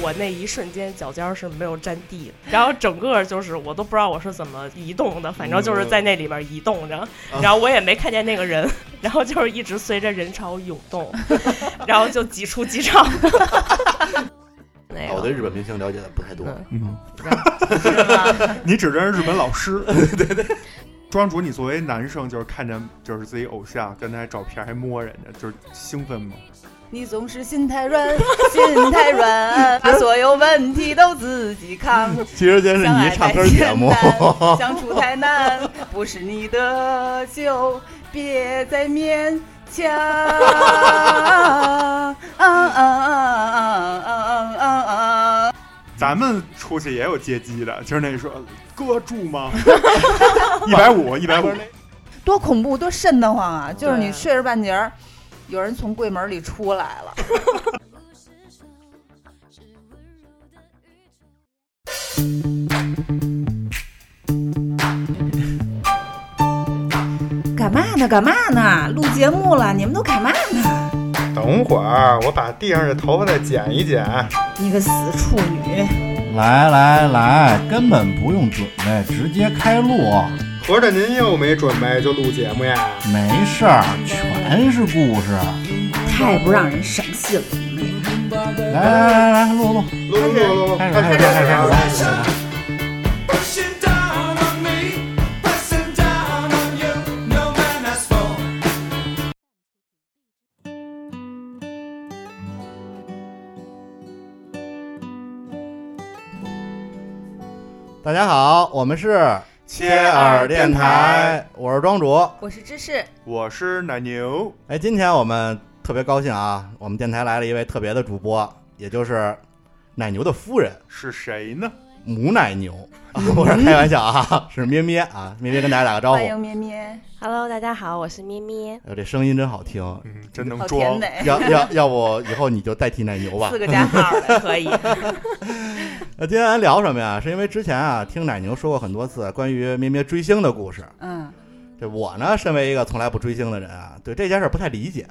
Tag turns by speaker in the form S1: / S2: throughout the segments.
S1: 我那一瞬间脚尖儿是没有沾地，然后整个就是我都不知道我是怎么移动的，
S2: 嗯
S1: 反正就是在那里面移动着，然后我也没看见那个人， 然后就是一直随着人潮涌动，然后就挤出机场。那
S2: 我
S1: 个
S2: 对日本明星了解的不太多，
S1: 嗯
S3: 嗯，
S1: 是吧
S3: 你指的是日本老师，对对对。庄主，你作为男生，就是看见就是自己偶像跟他照片还摸人家，就是兴奋吗？
S4: 你总是心太软， 心太软，把所有问题都自己扛。
S2: 其实这是
S4: 相
S2: 你
S4: 爱
S2: 唱
S4: 太
S2: 歌节
S4: 简
S2: 目，
S4: 单，相处太难，不是你的就别再勉强。啊啊啊啊啊啊啊！
S3: 咱们出去也有接机的，就是那说哥住 吗？一百五，一百五，
S4: 多恐怖，多瘆得慌啊！就是你
S1: 对
S4: 睡着半截儿，有人从柜门里出来了。 干嘛呢？干嘛呢？录节目了，你们都干嘛呢？
S5: 等会儿我把地上的头发再剪一剪。
S4: 你个死处女！
S6: 来来来，根本不用准备，直接开录，
S5: 合着您又没准备就录节目呀？
S6: 没事儿，全是故事。
S4: 太不让人省心了。
S6: 来来来来，录录，
S5: 录录录录录，
S6: 开始开始开始开始。
S7: Pushing down on me, pressing down on you. No man has fallen.
S6: 大家好，我们是
S3: 切
S4: 耳电台，
S6: 我是庄主。
S4: 我是芝士，
S3: 我是奶牛，
S6: 哎，今天我们特别高兴啊，我们电台来了一位特别的主播，也就是奶牛的夫人
S3: 是谁呢？
S6: 母奶牛。啊我是开玩笑啊，是咩咩啊，咩咩跟大家打个招呼
S4: 嗯欢。迎咩咩，
S1: Hello，大家好，我是咩咩。
S6: 哎呦，这声音真好 听，
S3: 嗯，真能
S4: 好甜
S3: 装。
S4: 美，
S6: 要要要不以后你就代替奶牛吧
S4: 四。个加号 的可以。
S6: 那今天咱聊什么呀？是因为之前啊，听奶牛说过很多次关于咩咩追星的故事。
S4: 嗯，
S6: 这我呢，身为一个从来不追星的人啊，对这件事儿不太理解。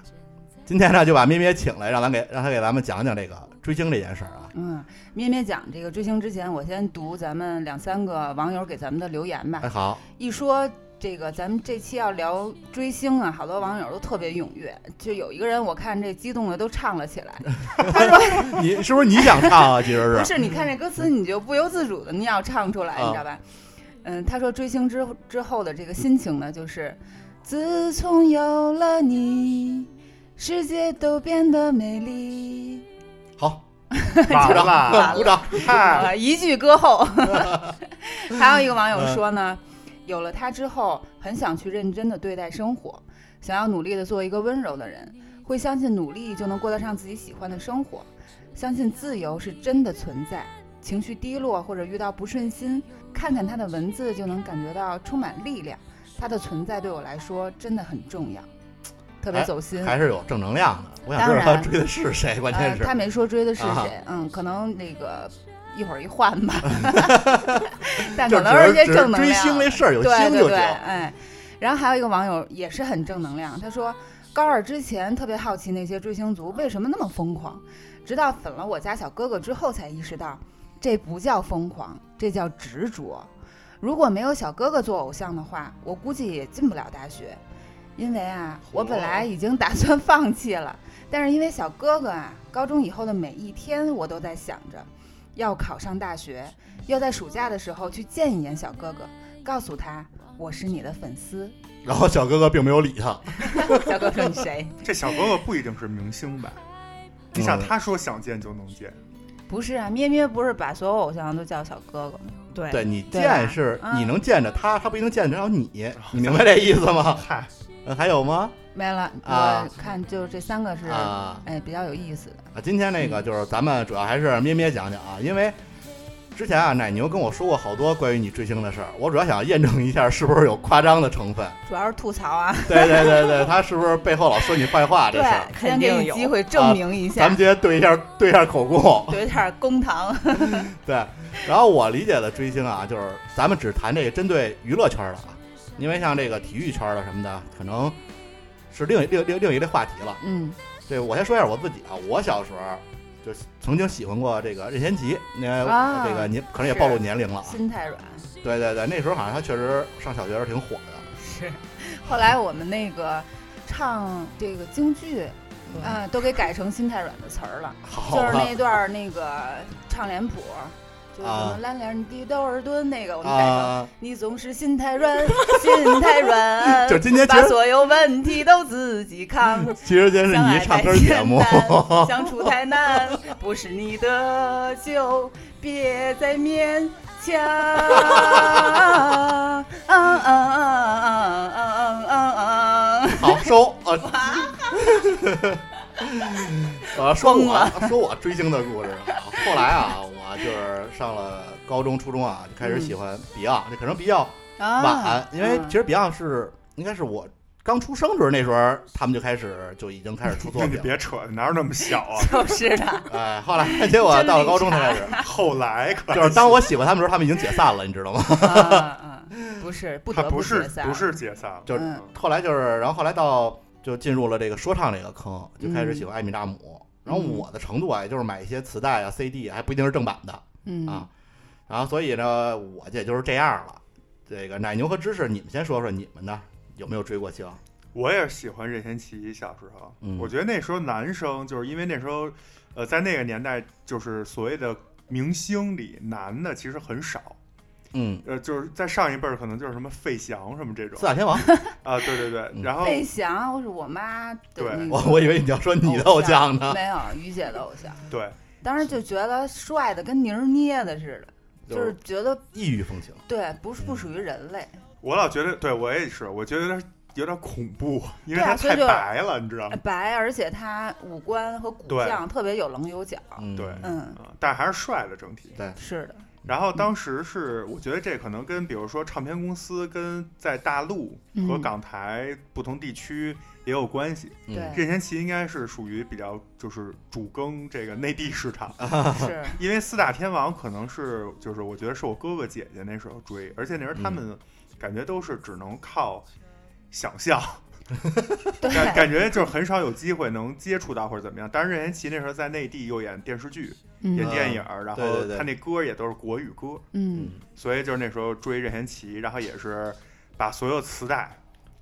S6: 今天呢，就把咩咩请来，让咱给让他给咱们讲讲这个追星这件事儿啊。
S4: 嗯，咩咩讲这个追星之前，我先读咱们两三个网友给咱们的留言吧
S6: 哎，。好，
S4: 一说这个，咱们这期要聊追星啊，好多网友都特别踊跃，就有一个人我看这激动的都唱了起来。
S6: 啊你是不是你想唱啊？其实
S4: 不
S6: 是，
S4: 是，你看这歌词，你就不由自主的你要唱出来，
S6: 啊
S4: 你知道吧？嗯，他说追星之后之后的这个心情呢，就是自从有了你，世界都变得美丽。
S6: 好，
S3: 完
S6: 鼓
S3: 了，
S6: 掌，鼓掌。
S4: 好了， 一句歌后，还有一个网友说呢，有了他之后，很想去认真的对待生活，想要努力的做一个温柔的人，会相信努力就能过得上自己喜欢的生活，相信自由是真的存在。情绪低落或者遇到不顺心，看看他的文字就能感觉到充满力量。他的存在对我来说真的很重要，特别
S6: 哎
S4: 走心。
S6: 还是有正能量的。我想知
S4: 当
S6: 道他
S4: 然
S6: 追的是谁，关键
S4: 呃，
S6: 是。
S4: 他没说追的是
S6: 啊
S4: 谁，嗯，可能那个一会儿一换 吧，但
S6: 就
S4: 可
S6: 只
S4: 能是一些
S6: 只
S4: 正能量。
S6: 追星这事儿有
S4: 对
S6: 星
S4: 对
S6: 就
S4: 对，
S6: 行。
S4: 哎，然后还有一个网友也是很正能量，他说高二之前特别好奇那些追星族为什么那么疯狂，直到粉了我家小哥哥之后才意识到，这不叫疯狂，这叫执着。如果没有小哥哥做偶像的话，我估计也进不了大学，因为啊，我本来已经打算放弃了，但是因为小哥哥啊，高中以后的每一天我都在想着，要考上大学，要在暑假的时候去见一眼小哥哥，告诉他我是你的粉丝。
S6: 然后小哥哥并没有理他，
S4: 小哥说你谁？
S3: 这小哥哥不一定是明星吧？你想，
S6: 嗯
S3: 他说想见就能见，
S4: 不是啊，咩咩不是把所有偶像都叫小哥哥吗？
S1: 对
S6: 对你
S4: 对吧
S6: 见是
S4: 嗯
S6: 你能见着他，他不一定见得着你，你明白这意思吗？
S3: 嗨，
S6: 呃还有吗？
S4: 没了，
S6: 啊
S4: 我看就这三个是，
S6: 啊
S4: 哎，比较有意思的。
S6: 啊，今天那个就是咱们主要还是咩咩讲讲啊，因为之前啊奶牛跟我说过好多关于你追星的事儿，我主要想验证一下是不是有夸张的成分。
S4: 主要是吐槽啊，
S6: 对对对对，他是不是背后老说你坏话这
S4: 对
S6: 事儿？，
S4: 今天
S1: 肯定
S4: 给你
S1: 有
S4: 机会证明一
S6: 啊咱
S4: 下
S6: 们，今天对一下对一下口供。
S4: 有一点公堂。
S6: 对，然后我理解的追星啊，就是咱们只谈这个针对娱乐圈的啊，因为像这个体育圈啊的什么的，可能是另一另另另一类话题了。
S4: 嗯
S6: 对我先说一下我自己啊，我小时候就曾经喜欢过这个任贤齐，那、
S4: 啊
S6: 这个您可能也暴露年龄了啊。
S4: 心太软。
S6: 对对对，那时候好像他确实上小学时候挺火的，
S4: 是， 后来我们那个唱这个京剧
S6: 嗯
S4: 啊、都给改成心太软的词儿了，
S6: 好啊
S4: 就是
S6: 吧
S4: 那段儿那个唱脸谱。就是什么
S6: 啊
S4: 蓝脸低头而蹲那个，我们改成
S6: 啊，
S4: 你总是心太软，心太软，
S6: 就是今天其
S4: 把
S6: 实嗯
S4: 所有问题都自己扛。
S6: 其实今天是
S4: 相
S6: 你
S4: 爱
S6: 一唱
S4: 太
S6: 歌节
S4: 简
S6: 目，
S4: 单，相处太难，不是你的就别再勉强。啊啊啊啊啊啊啊！
S6: 好收啊。 呃，说
S4: 疯
S6: 我说我追星的故事啊，后来啊，我就是上了高中、初中啊，就开始喜欢 Beyond，这可能比较
S4: 啊
S6: 晚，因为其实 Beyond 是应该是我刚出生时候那时候，他们就开始就已经开始出作
S3: 那你
S6: 品了。
S3: 别扯，哪有那么小啊？
S4: 就是的，
S6: 哎，后来结果到了高中才开始，
S3: 后来可
S6: 就是当我喜欢他们的时候，他们已经解散了，你知道吗？
S4: 啊不是不
S3: 他
S4: 得
S3: 不是
S4: 解散，
S3: 不是解散了，
S6: 就是
S4: 嗯
S6: 后来就是，然后后来到就进入了这个说唱这个坑，就开始喜欢艾米纳姆。然后我的程度啊，也就是买一些磁带啊、CD，啊还不一定是正版的
S4: 嗯
S6: 啊。然后所以呢，我这也就是这样了。这个奶牛和芝士，你们先说说你们呢，有没有追过星？
S3: 我也喜欢任贤齐，小时候，
S6: 嗯
S3: 我觉得那时候男生就是因为那时候，呃，在那个年代，就是所谓的明星里，男的其实很少，
S6: 嗯，
S3: 呃，就是在上一辈儿可能就是什么费翔什么这种
S6: 四大天王，
S3: 啊、对对对，
S6: 嗯
S3: 然后
S4: 费翔，我是我妈的
S3: 对
S4: 那个
S6: 我我以为你要说你的偶像呢，
S4: 没有于姐的偶像，
S3: 对
S4: 当时就觉得帅的跟泥儿捏的似的，
S6: 就
S4: 就是
S6: 是
S4: 觉得
S6: 异域风情。
S4: 对，不是不
S3: 嗯
S4: 属于人类。
S3: 我老觉得，对我也是，我觉得有点有点恐怖，因为
S4: 对啊
S3: 他
S4: 所以
S3: 太
S4: 就是
S3: 白了，你知道吗？
S4: 呃白，而且他五官和骨
S3: 对
S4: 相特别有棱有角。
S6: 嗯，
S3: 对
S4: 嗯，
S3: 啊，但还是帅了整体。
S4: 是的，
S3: 然后当时是，我觉得这可能跟比如说唱片公司跟在大陆和
S4: 嗯
S3: 港台不同地区也有关系。
S4: 对
S6: 嗯
S3: 任贤齐应该是属于比较就是主耕这个内地市场，
S4: 是，
S3: 因为四大天王可能是就是我觉得是我哥哥姐姐那时候追，而且那时候他们感觉都是只能靠想象， 感
S4: 对，
S3: 感觉就是很少有机会能接触到或者怎么样。但是任贤齐那时候在内地又演电视剧、演
S6: 嗯
S3: 电影儿，然
S6: 对
S3: 后
S6: 对对
S3: 他那歌也都是国语歌，
S4: 嗯，
S3: 所以就是那时候追任贤齐，然后也是把所有磁带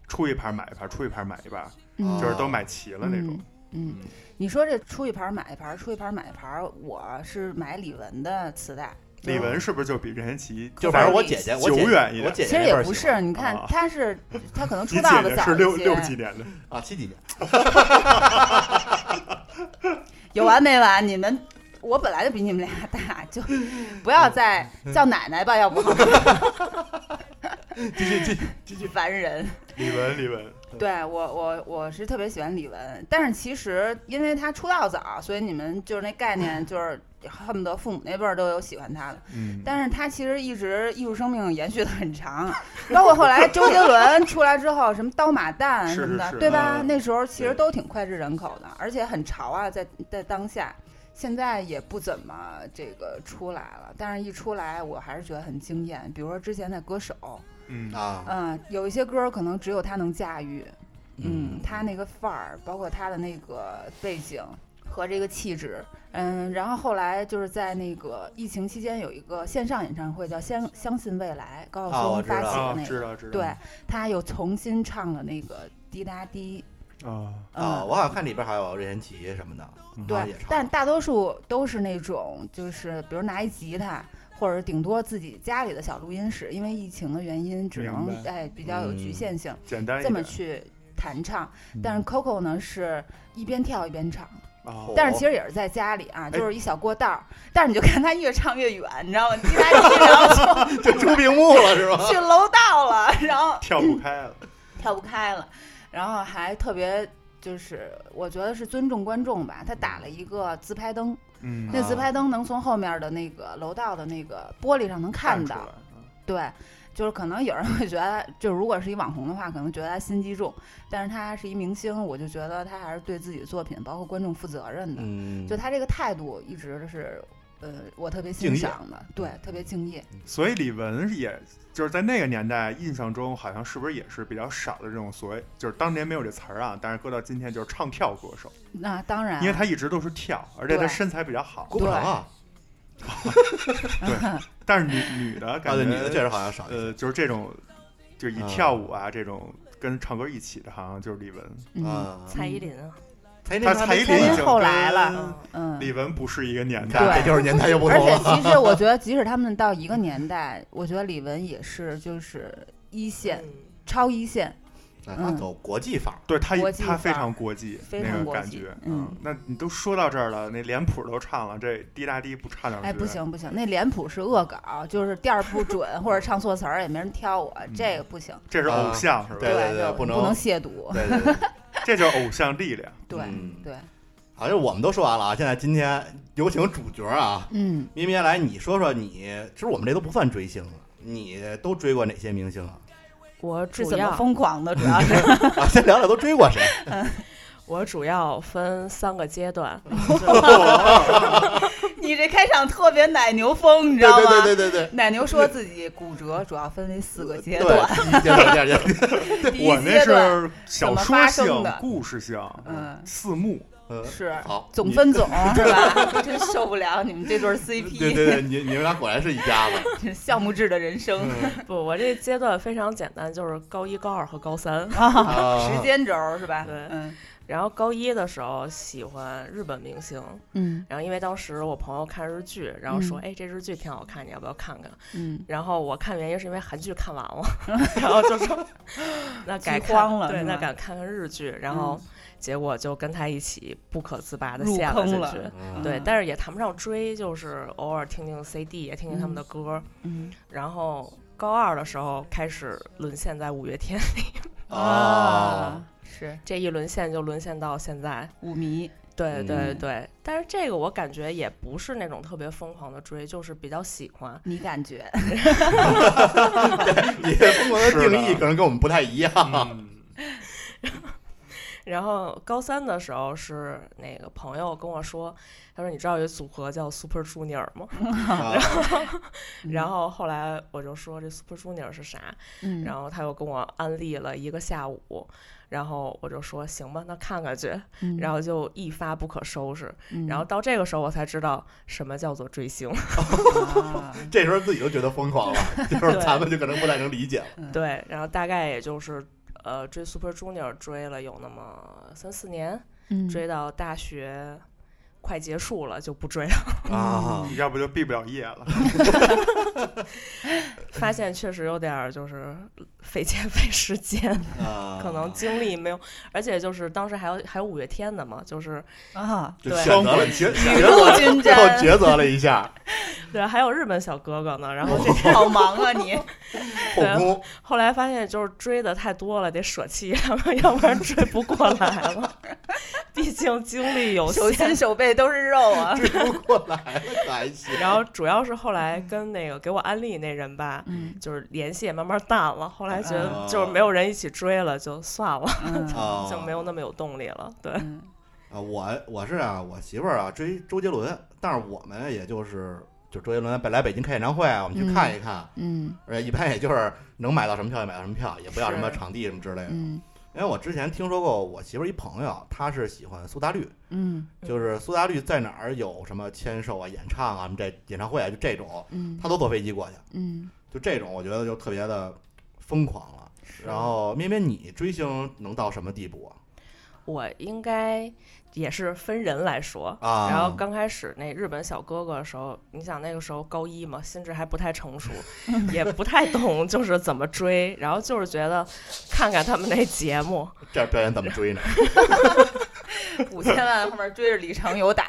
S3: 出一盘买一盘，出一盘买一盘，
S6: 嗯
S3: 就是都买齐了那种。
S4: 嗯。嗯，你说这出一盘买一盘，出一盘买一盘，我是买李玟的磁带，
S3: 李玟是不是就比任贤齐
S6: 就反正我
S4: 可以
S6: 姐姐，我姐
S3: 久远一点
S6: 我姐
S4: 其实
S6: 姐那辈
S4: 也
S6: 儿
S4: 不
S6: 喜欢
S4: 是，你看
S3: 啊
S4: 他是 他可能
S3: 你
S4: 出道
S3: 姐
S4: 的
S3: 姐
S4: 早
S3: 是六六
S4: 一
S3: 几
S4: 些，
S3: 年的？
S6: 啊，七几年
S4: 有完没完？你们。我本来就比你们俩大，就不要再 叫奶奶吧，要不好
S6: 继续继续继续，
S4: 烦人。
S3: 李玟，李 玟，
S4: 对我，我我是特别喜欢李玟，但是其实因为她出道早，所以你们就是那 概念，就是恨不得父母那辈儿都有喜欢她的。
S3: 嗯，
S4: 但是她其实一直艺术生命延续的很长，包括后来周杰伦出来之后，什么刀马旦
S3: 是
S4: 什么的，
S3: 是是
S4: 对吧？
S6: 嗯
S4: 那时候其实
S6: 对
S4: 都挺脍炙人口的，而且很潮啊，在在当下。现在也不怎么这个出来了，但是一出来我还是觉得很惊艳。比如说之前的歌手，
S3: 嗯
S6: 啊，
S4: 嗯，有一些歌儿可能只有他能驾驭，嗯
S6: 嗯，
S4: 他那个范儿，包括他的那个背景和这个气质，嗯，然后后来就是在那个疫情期间有一个线上演唱会叫《相相信未来》，高
S6: 啊
S4: 晓
S6: 我
S4: 松
S6: 知
S4: 发
S6: 道
S4: 起
S3: 啊
S4: 的，那
S3: 知
S4: 个，
S3: 道知道，
S4: 对他又重新唱了那个滴答滴，
S3: 啊，
S6: 啊，
S4: 嗯，
S6: 我好像看里边还有任贤齐什么的，好像
S4: 对
S6: 也唱，
S4: 但大多数都是那种就是比如拿一吉他。或者顶多自己家里的小录音室，因为疫情的原因，只
S3: 明
S4: 能
S3: 白
S4: 哎比较有局
S6: 嗯
S4: 限性。
S3: 简单一
S4: 这
S3: 点嗯
S4: 么去弹唱。但是 Coco 呢是一边跳一边唱，
S3: 啊
S6: 哦
S4: 但是其实也是在家里
S3: 哎
S4: 啊，就是一小过道儿。但是你就看他越唱越远，你知道吗？滴答滴，然后
S6: 就出屏幕了是
S4: 就
S6: 吧？
S4: 去楼道了，然后
S3: 跳不开了。
S4: 跳不开了，然后还特别。就是我觉得是尊重观众吧，他打了一个自拍灯，
S3: 嗯，
S4: 那自拍灯能从后面的那个楼道的那个玻璃上能看
S3: 出来
S4: 到，对，就是可能有人会觉得，就如果是一网红的话，可能觉得他心机重，但是他是一明星，我就觉得他还是对自己的作品，包括观众负责任的。
S6: 嗯，
S4: 就他这个态度一直是呃，我特别
S6: 敬
S4: 欣
S6: 业嗯
S4: 赏的，对，特别敬业。
S3: 所以李玟也就是在那个年代印象中，好像是不是也是比较少的这种所谓，就是当年没有这词儿啊，但是搁到今天就是唱跳歌手，
S4: 那当然，
S3: 因为她一直都是跳，而且她
S4: 啊对
S3: 身材比较好。
S6: 郭富城啊，
S3: 但是女女的
S6: 啊
S3: 感觉，
S6: 对，女的确实好像少一些。
S3: 呃，就是这种，就是以跳舞啊、这种跟唱歌一起的，好像就是李玟。
S4: 嗯
S6: 啊，
S1: 蔡依林啊，
S6: 蔡依
S3: 她
S6: 林
S3: 蔡依
S4: 蔡
S3: 林
S4: 依
S3: 已
S4: 林
S3: 经
S4: 后来了
S3: 跟
S1: 嗯
S4: 嗯，
S3: 李玟不是一个年
S6: 你
S3: 代。
S6: 看，这就是年代又不
S4: 而
S6: 同
S4: 且
S6: 了。
S4: 其实我觉得，即使他们到一个年代，我觉得李玟也是就是一线超一线，
S6: 哎
S4: 嗯
S6: 走国际范儿，
S3: 对她
S4: 国，际范
S3: 她
S4: 儿
S3: 非常国际，
S4: 非常
S3: 那个
S4: 国
S3: 感
S4: 际
S3: 觉。
S4: 嗯，
S3: 那你都说到这儿了，那脸谱都唱了，这滴答滴不唱两句？
S4: 哎，不，行不行，那脸谱是恶搞，就是调儿不准或者唱错词儿也没人挑我，
S6: 嗯
S4: 这个不行，
S3: 这是偶
S6: 啊
S3: 像是吧？
S6: 对对对
S4: 就
S6: 不
S4: 不
S6: 能
S4: 亵渎，
S6: 对对对，
S3: 这就是偶像力量。
S4: 对
S6: 嗯
S4: 对，
S6: 好像我们都说完了啊。现在今天有请主角啊，
S4: 嗯，
S6: 咪咪来，你说说你，其实我们这都不算追星了，你都追过哪些明星啊？
S1: 我
S4: 是
S1: 主
S4: 怎么
S1: 要
S4: 疯狂的，主要 是
S6: 啊，先聊聊都追过谁？
S1: 我主要分三个阶 段，
S4: 你这开场特别奶牛风，你知
S6: 对
S4: 道吗？
S6: 对对对对对。
S4: 奶牛说自己骨折主要分为四个 阶
S6: 对
S4: 段，
S6: 第一阶段，第二阶段，
S4: 第一
S3: 我那
S4: 阶段，
S3: 是小
S4: 怎么
S3: 说
S4: 发生
S3: 性
S4: 的、
S3: 故事性、
S4: 嗯，
S3: 四幕。
S6: 嗯
S4: 是
S6: 好，
S4: 总
S6: 你
S4: 分 总是吧？ 真受不了你们这对儿 CP，
S6: 对 对对，你你们俩果然是一家子。
S4: 项目制的人生
S6: 嗯
S1: 不，我这阶段非常简单，就是高一、高二和高三。
S4: 啊，
S6: 啊
S4: 时间轴儿是吧？
S1: 对
S4: 嗯
S1: 然后高一的时候喜欢日本明星，
S4: 嗯
S1: 然后因为当时我朋友看日剧，然后说：“
S4: 嗯
S1: 哎，这日剧挺好看，你要不要看看
S4: 嗯？”，
S1: 然后我看原因是因为韩剧看完了， 然后就 说：“那改
S4: 剧
S1: 看
S4: 荒了
S1: 对，
S4: 是吧嗯
S1: 那改看看日剧。”然后结果就跟他一起不可自拔的
S4: 入
S1: 陷
S4: 坑
S1: 进
S4: 了
S1: 去。
S6: 嗯
S1: 对
S4: 嗯，
S1: 但是也谈不上追，就是偶尔听听 CD，也听听他们的歌。
S4: 嗯
S1: 然后高二的时候开始沦陷在五月天，
S6: 啊，
S4: 是
S1: 这一沦陷就沦陷到现在。
S4: 舞迷，
S1: 对对
S4: 嗯
S1: 对，但是这个我感觉也不是那种特别疯狂的追，就是比较喜欢。
S4: 你感觉？
S6: 你对疯狂的
S3: 是的
S6: 定义可能跟我们不太一样。
S3: 嗯，
S1: 然后高三的时候是那个朋友跟我说，他说你知道有组合叫 Super Junior 吗？
S6: 啊
S1: 然后后来我就说这 Super Junior 是啥，
S4: 嗯，
S1: 然后他又跟我安利了一个下午，然后我就说行吧，那看看去，
S4: 嗯
S1: 然后就一发不可收拾。
S4: 嗯
S1: 然后到这个时候我才知道什么叫做追星。
S4: 啊
S6: 这时候自己都觉得疯狂了，就是咱们就可能不太能理解了。
S1: 对，然后大概也就是呃追 Super Junior 追了有那么三四年，
S4: 嗯
S1: 追到大学快结束了就不追了，
S6: 啊，
S4: 嗯
S3: 要不就毕不了业了。
S1: 发现确实有点儿就是费钱 费时间，
S6: 啊
S1: 可能精力没有，而且就是当时还有还有五月天的嘛，就是
S4: 啊，
S6: 就
S1: 对
S6: 选择了抉
S4: 雨
S6: 抉
S4: 露
S6: 择，
S4: 均
S6: 最后
S4: 沾，
S6: 抉择了一下，
S1: 对，还有日本小哥哥呢，然 后这
S4: 好忙啊你，
S6: 后
S1: 啊
S6: 宫
S1: 后来发现就是追的太多了，得舍弃，要不然要不然追不过来了， 毕竟精力有
S4: 手
S1: 限
S4: 心。 手背都是肉啊。
S6: 追不过来了，可还 行。
S1: 然后主要是后来跟那个给我安利那人吧，
S4: 嗯
S1: 就是联系也慢慢淡了，后来觉
S6: 啊
S1: 得就是没有人一起追了，就算了，
S4: 嗯
S6: 啊，
S1: 就没有那么有动力了。对，
S4: 嗯
S6: 啊，我我是啊，我媳妇儿啊追周杰伦，但是我们也就是就周杰伦来北京开演唱会啊，我们去看一看，
S4: 嗯
S6: 而且一般也就是能买到什么票就买到什么票，也不要什么
S1: 是
S6: 场地什么之类的。
S4: 嗯
S6: 因为我之前听说过我媳妇儿一朋友，她是喜欢苏打绿，
S4: 嗯
S6: 就是苏打绿在哪儿有什么签售啊、演唱啊、什么这演唱会啊，就这种，
S4: 嗯
S6: 她都坐飞机过去，
S4: 嗯，
S6: 就这种我觉得就特别的疯狂了。然后咩咩，你追星能到什么地步
S1: 我应该也是分人来说。
S6: 啊？啊，
S1: 然后刚开始那日本小哥哥的时候，你想那个时候高一嘛，心智还不太成 熟，也不太懂就是怎么追，然后就是觉得看看他们那节目，
S6: 这表演怎么追呢？
S4: 五千万后面追着李成友打，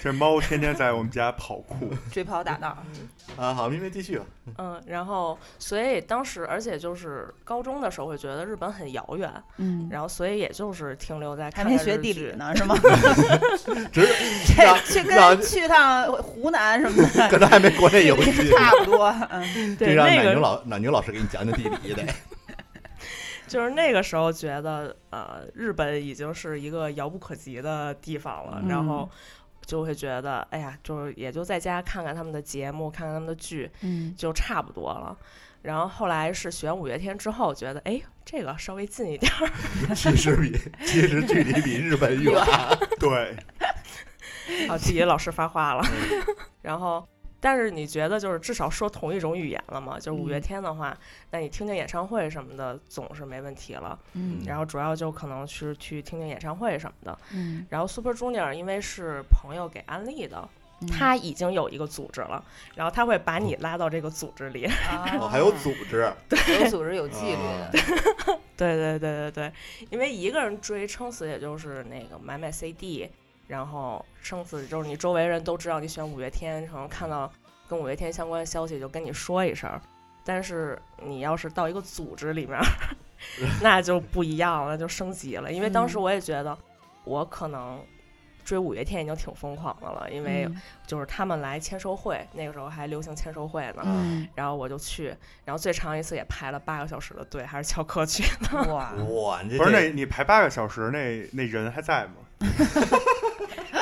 S3: 这猫天天在我们家跑酷，
S4: 追跑打闹，
S6: 啊，好，咩咩继续。
S1: 嗯，然后所以当时而且就是高中的时候会觉得日本很遥远，
S4: 嗯，
S1: 然后所以也就是停留在
S4: 还
S1: 看
S4: 没
S1: 看
S4: 学
S1: 日
S4: 地
S1: 剧
S4: 理呢 是吗？
S6: 只
S4: 这去
S6: 让
S4: 跟去趟湖南什么的
S6: 可能还没国内有 戏。
S4: 差不多，嗯
S6: 这
S1: 对
S6: 让
S1: 那
S6: 奶
S1: 个
S6: 牛老奶牛老师给你讲讲地理得。
S1: 就是那个时候觉得，呃，日本已经是一个遥不可及的地方了。
S4: 嗯
S1: 然后就会觉得，哎呀，就是也就在家看看他们的节目，看看他们的剧，
S4: 嗯
S1: 就差不多了。然后后来是学完五月天之后，觉得哎，这个稍微近一点儿，
S6: 其实比其实距离比日本远。
S3: 对，
S1: 啊，自己老师发话了。
S4: 嗯
S1: 然后，但是你觉得就是至少说同一种语言了嘛？就是五月
S4: 嗯
S1: 天的话，那你听听演唱会什么的总是没问题了。
S4: 嗯
S1: 然后主要就可能是去听听演唱会什么的。
S4: 嗯，
S1: 然后 Super Junior 因为是朋友给安利的，
S4: 嗯
S1: 他已经有一个组织了，然后他会把你拉到这个组织里。
S6: 哦，还有组织，
S4: 啊
S6: 啊
S4: 有组织有纪律的，
S1: 对对对对对，因为一个人追撑死也就是那个买买 CD，然后撑死就是你周围人都知道你喜欢五月天，然后看到跟五月天相关的消息就跟你说一声儿。但是你要是到一个组织里面儿， 那就不一样了，就升级了。因为当时
S4: 嗯
S1: 我也觉得，我可能追五月天已经挺疯狂的了，因
S4: 嗯
S1: 为就是他们来签售会，那个时候还流行签售会呢。
S4: 嗯，
S1: 然后我就去，然后最长一次也排了八个小时的队，还是翘课去。
S4: 嗯哇，
S6: 哇，你这
S3: 不是那你排八个小时，那那人还在吗？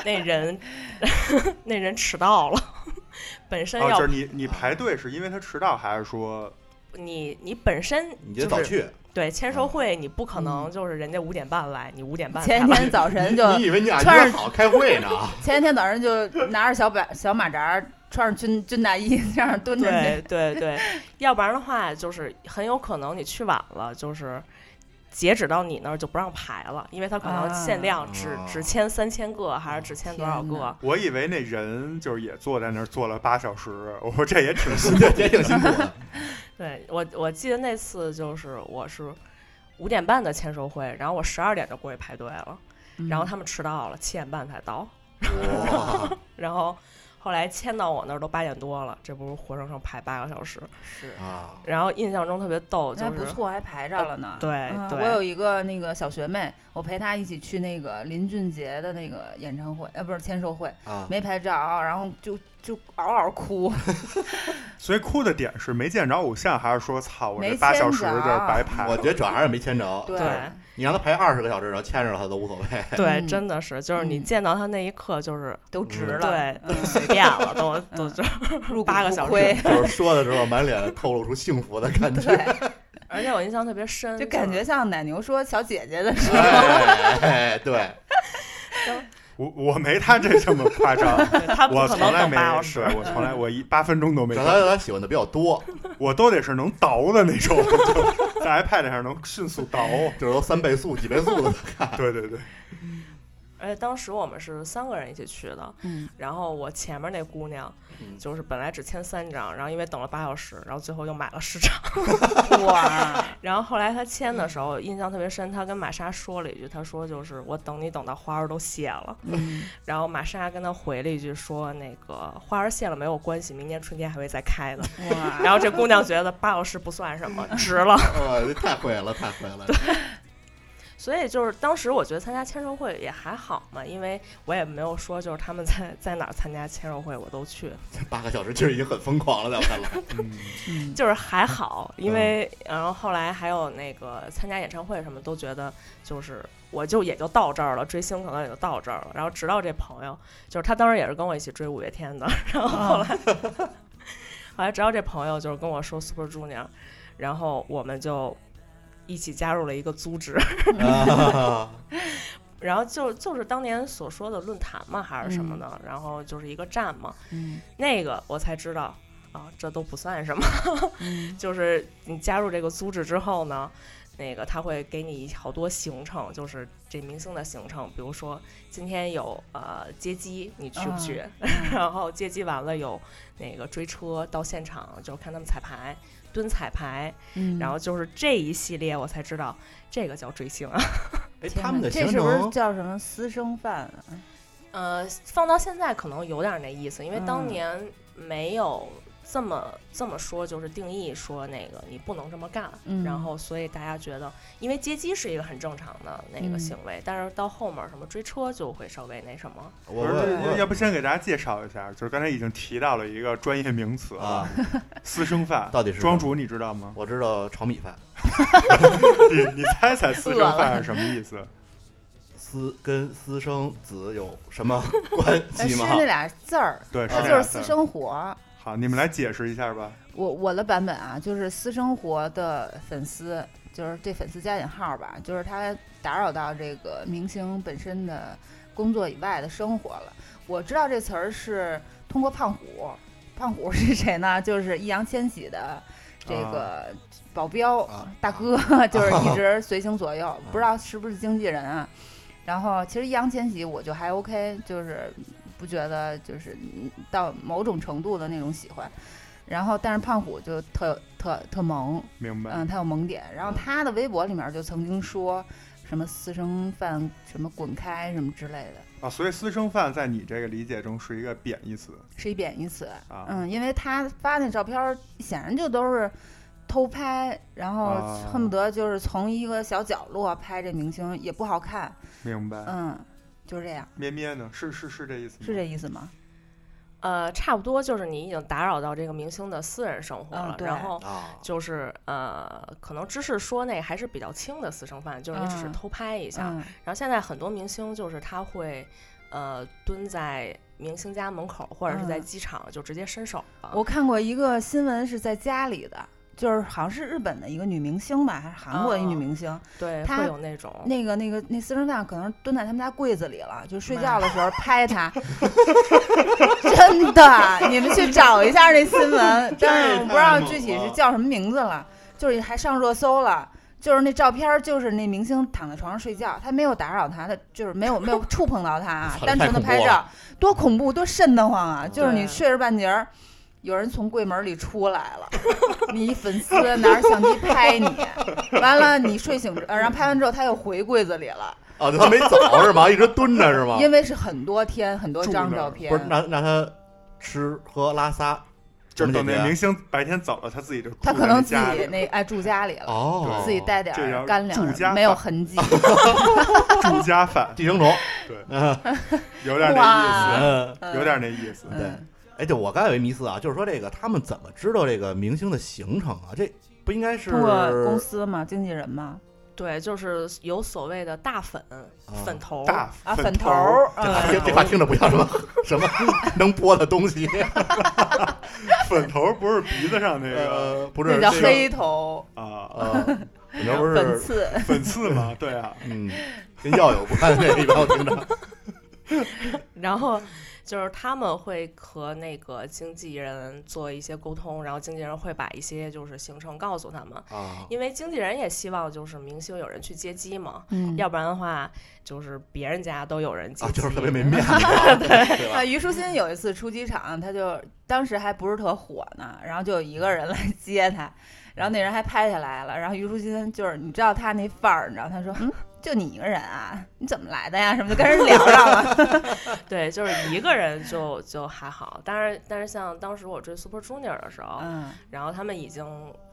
S1: 那人， 那人迟到了， 本身
S3: 哦，
S1: 要、
S3: 就是你你排队是因为他迟到，还是说
S1: 你你本身
S6: 你
S1: 就
S6: 就是早去，
S1: 对签售会，你不可能
S4: 嗯
S1: 就是人家五点半来，你五点半
S4: 前一
S1: 才来
S4: 天早晨就
S6: 你以为你俩
S4: 穿
S6: 约
S4: 上
S6: 好开会呢？
S4: 前一天早上就拿着小板小马扎儿，穿上军军大衣，这样蹲着去。
S1: 对对对， 要不然的话就是很有可能你去晚了，就是截止到你那儿就不让排了，因为他可能限量只、
S6: 啊
S1: 只签三千个，还是只签多少
S4: 天
S1: 个
S4: 哪？
S3: 我以为那人就是也坐在那儿坐了八小时，我说这也挺辛 苦
S6: 这也挺辛苦的。
S1: 对我我记得那次就是我是五点半的签售会，然后我十二点就过去排队了，然
S3: 嗯
S1: 后他们迟到了，七点半才到。
S4: 嗯
S6: 哇，
S1: 然后后来签到我那儿都八点多了，这不是活生生排八个小时。
S4: 是，
S6: 啊，
S1: 然后印象中特别逗，就
S4: 那还
S1: 是
S4: 不错，还排着了呢。
S1: 对
S4: 啊
S1: 哎对
S4: 我有一个那个小学妹，我陪她一起去那个林俊杰的那个演唱会，呃，不是签售会，
S6: 啊，
S4: 没拍照，然后就就嗷嗷哭，
S3: 所以哭的点是没见着偶像，还是说操我这
S4: 没
S3: 八小
S4: 见
S3: 时
S4: 着
S3: 就是白排了？
S6: 我觉得主要还是没签着。
S4: 对
S1: 对
S6: 你让他排二十个小时，然后牵着他都无所谓。
S1: 对，
S4: 嗯
S1: 真的是，就是你
S4: 嗯
S1: 见到他那一刻，就是
S4: 都直了，
S1: 嗯
S4: 嗯
S1: 对
S3: 嗯
S1: 随便了，都 都就
S4: 入
S1: 八个小时
S4: 时，
S6: 就是说的时候，满脸透露出幸福的感觉。
S4: 对，
S1: 而且我印象特别深，
S4: 就感觉
S1: 是
S4: 像奶牛说小姐姐的时候，
S6: 哎，对，
S3: 我我没他这这么夸张，
S1: 对他不
S3: 我
S1: 可
S3: 从
S1: 能
S3: 来
S1: 等
S3: 没
S1: 八小，时
S3: 对，我从来我一八分钟都没
S6: 主
S3: 等
S6: 要，他他喜欢的比较多，
S3: 我都得是能倒的那种，就在 iPad 上能迅速 倒。
S6: 就是都三倍速、几倍速的。
S3: 对对对，
S1: 而且当时我们是三个人一起去的，
S4: 嗯，
S1: 然后我前面那姑娘
S6: 嗯
S1: 就是本来只签三张，然后因为等了八小时，然后最后又买了十张。
S4: 哇，
S1: 然后后来他签的时候，印象特别深，他跟玛莎说了一句，他说就是我等你等到花儿都谢了，
S4: 嗯
S1: 然后玛莎跟他回了一句说那个花儿谢了没有关系，明年春天还会再开的。
S4: 哇，
S1: 然后这姑娘觉得八小时不算什么，值了。
S6: 哇，这太会了，太会了。
S1: 所以就是当时我觉得参加签售会也还好嘛，因为我也没有说就是他们在在哪儿参加签售会我都去，
S6: 八个小时其实已经很疯狂了，在我看来。
S3: 嗯，
S4: 嗯
S1: 就是还好，因为然后后来还有那个参加演唱会什么，都觉得就是我就也就到这儿了，追星可能也就到这儿了。然后直到这朋友，就是他当时也是跟我一起追五月天的， 然后后来、后来直到这朋友就是跟我说 Super Junior，然后我们就一起加入了一个组织，
S6: 啊，
S1: 然后就就是当年所说的论坛嘛还是什么的，然后就是一个站嘛，
S4: 嗯
S1: 那个我才知道啊，这都不算什么。
S4: 嗯
S1: 就是你加入这个组织之后呢，那个他会给你好多行程，就是这明星的行程，比如说今天有呃接机，你去不去？ 然后接机完了有那个追车到现场，就看他们彩排。蹲彩排，
S4: 嗯
S1: 然后就是这一系列，我才知道这个叫追星啊。
S6: 哎，
S4: 天
S6: 他们
S4: 哪
S6: 的
S4: 这
S6: 行
S4: 是不是
S6: 程
S4: 叫什么私生饭啊？
S1: 呃，放到现在可能有点那意思，因为当
S4: 嗯
S1: 年没有这么这么说，就是定义说那个你不能这么干。
S4: 嗯
S1: 然后，所以大家觉得，因为接机是一个很正常的那个
S4: 嗯
S1: 行为，但是到后面儿什么追车就会稍微那什么。
S6: 我
S3: 不是要
S6: 我
S3: 要不先给大家介绍一下，就是刚才已经提到了一个专业名词
S6: 我啊，，
S3: 私生饭。
S6: 到底是
S3: 庄主你知道吗？
S6: 我知道炒米饭，
S3: 你你猜猜私生饭是什么意思？
S6: 私跟私生子有什么关
S4: 呃
S6: 系
S4: 是
S6: 吗？
S4: 那俩字儿，
S3: 对，这
S4: 它啊就
S3: 样
S4: 是
S3: 子
S4: 私生活。
S3: 好，你们来解释一下吧。
S4: 我我的版本啊，就是私生活的粉丝，就是这粉丝加引号吧，就是他打扰到这个明星本身的工作以外的生活了。我知道这词儿是通过胖虎，胖虎是谁呢？就是易烊千玺的这个保镖、
S6: 啊
S4: 大哥，就是一直随行左右，不知道是不是经纪人啊。然后其实易烊千玺我就还 OK，就是不觉得就是到某种程度的那种喜欢。然后但是胖虎就特有特特萌，
S3: 明白？
S4: 嗯，他有萌点。然后他的微博里面就曾经说什么私生饭什么滚开什么之类的，
S3: 啊，所以私生饭在你这个理解中是一个贬义词
S4: 是一贬义词。
S3: 啊。
S4: 嗯，因为他发那照片儿显然就都是偷拍，然后
S3: 啊
S4: 恨不得就是从一个小角落拍这明星也不好看，
S3: 明白。
S4: 嗯，就是这样，
S3: 咩咩呢？是是是这意思吗？
S4: 是这意思吗？
S1: 呃，差不多就是你已经打扰到这个明星的私人生活
S4: 嗯
S1: 了，
S4: 对
S1: 然后
S6: 啊，
S1: 就是呃，可能芝士说那还是比较轻的私生饭，就是你只是
S4: 嗯
S1: 偷拍一下。
S4: 嗯
S1: 然后现在很多明星就是他会呃蹲在明星家门口或者是在
S4: 嗯
S1: 机场就直接伸手了。
S4: 我看过一个新闻是在家里的。就是好像是日本的一个女明星吧，还是韩国一女明星，
S1: 对
S4: 他
S1: 会有那种
S4: 那个那个那私生饭可能蹲在他们家柜子里了，就睡觉的时候拍他， 真的，你们去找一下那新 闻，但是我不知道具体是叫什么名字了，就是还上热搜了。就是那照片儿，就是那明星躺在床上睡觉，他没有打扰他，他就是没有没有触碰到他啊
S6: 操，
S4: 单纯的
S6: 太恐
S4: 拍
S6: 怖
S4: 照，多恐怖，多瘆得慌啊！就是你
S1: 对
S4: 睡着半截儿，有人从柜门里出来了， 你一粉丝拿着相机拍你，完了你睡醒之，呃然后拍完之后他又回柜子里了，
S6: 啊，他没走是吗？一直蹲着是吗？
S4: 因为是很多天很多
S3: 住
S4: 张
S3: 那儿
S4: 照片，
S6: 不是让让他吃喝拉撒，
S3: 就是
S6: 怎
S3: 等
S6: 么解
S3: 那
S6: 决
S3: 明星白天走了，他自己就
S4: 他
S3: 住
S4: 可
S3: 在
S4: 能
S3: 那
S4: 自
S3: 家
S4: 己
S3: 里
S4: 那爱住家里了，
S6: 哦，
S4: 自己带点
S3: 这叫
S4: 儿干
S3: 住家
S4: 粮，没有
S3: 饭
S4: 痕迹。
S3: 住家饭，
S6: 寄生虫，
S3: 对，
S6: 嗯
S3: 有点那
S6: 嗯，
S3: 意思，有点那意思。
S6: 对
S4: 嗯。
S6: 哎，对，我刚才有一迷思啊，就是说这个他们怎么知道这个明星的行程啊？这不应该是
S4: 通过公司嘛，经纪人嘛，
S1: 对，就是有所谓的大粉、
S6: 啊
S1: 粉头，
S3: 大
S4: 啊，
S3: 粉
S4: 粉头
S3: 儿
S4: 儿，嗯
S6: 这这话听着不像什么什么能播的东 西，
S3: 粉头儿不是鼻子上那个
S6: 呃，不是
S4: 那叫
S6: 这个
S4: 黑头，
S3: 啊
S6: 呃，你要不
S4: 粉
S6: 是
S4: 刺，
S3: 粉刺嘛？对啊，
S6: 嗯，跟药有关这一般我听着，
S1: 然后就是他们会和那个经纪人做一些沟通，然后经纪人会把一些就是行程告诉他们，
S6: 啊，
S1: 因为经纪人也希望就是明星有人去接机嘛，
S4: 嗯
S1: 要不然的话就是别人家都有人接
S6: 啊，
S1: 机，
S6: 就是特别没面子啊，对吧
S4: 啊，？虞书欣有一次出机场，她就当时还不是特火呢，然后就有一个人来接她，然后那人还拍下来了，然后虞书欣就是你知道她那范儿，你知道她说嗯，就你一个人啊，你怎么来的呀？什么就跟人聊上 了，
S1: 对，就是一个人就就还好，但是但是像当时我追 Super Junior 的时候，
S4: 嗯，
S1: 然后他们已经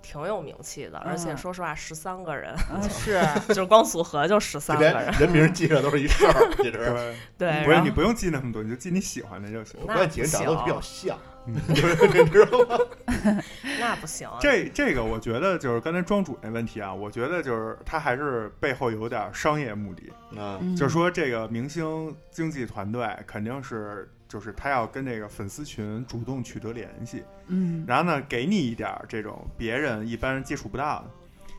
S1: 挺有名气的，而且
S4: 嗯
S1: 说实话，十三个人，
S4: 嗯是，
S1: 就是光组合就十
S6: 就
S1: 三个
S6: 连
S1: 人，
S6: 人名记着都是一事儿，其
S3: 对
S6: 实。
S3: 吧，
S1: 对，
S3: 不是
S1: 然
S3: 你
S1: 后嗯
S3: 不用记那么多，你就记你喜欢的就行
S6: 我。
S1: 那
S6: 发现几个人长得都比较像，你知道吗？
S1: 那不行，
S3: 这这个我觉得就是刚才庄主那问题啊，我觉得就是他还是背后有点商业目的，
S6: 啊，
S4: 嗯
S3: 就是说这个明星经纪团队肯定是就是他要跟这个粉丝群主动取得联系，
S4: 嗯
S3: 然后呢给你一点儿这种别人一般人接触不到的，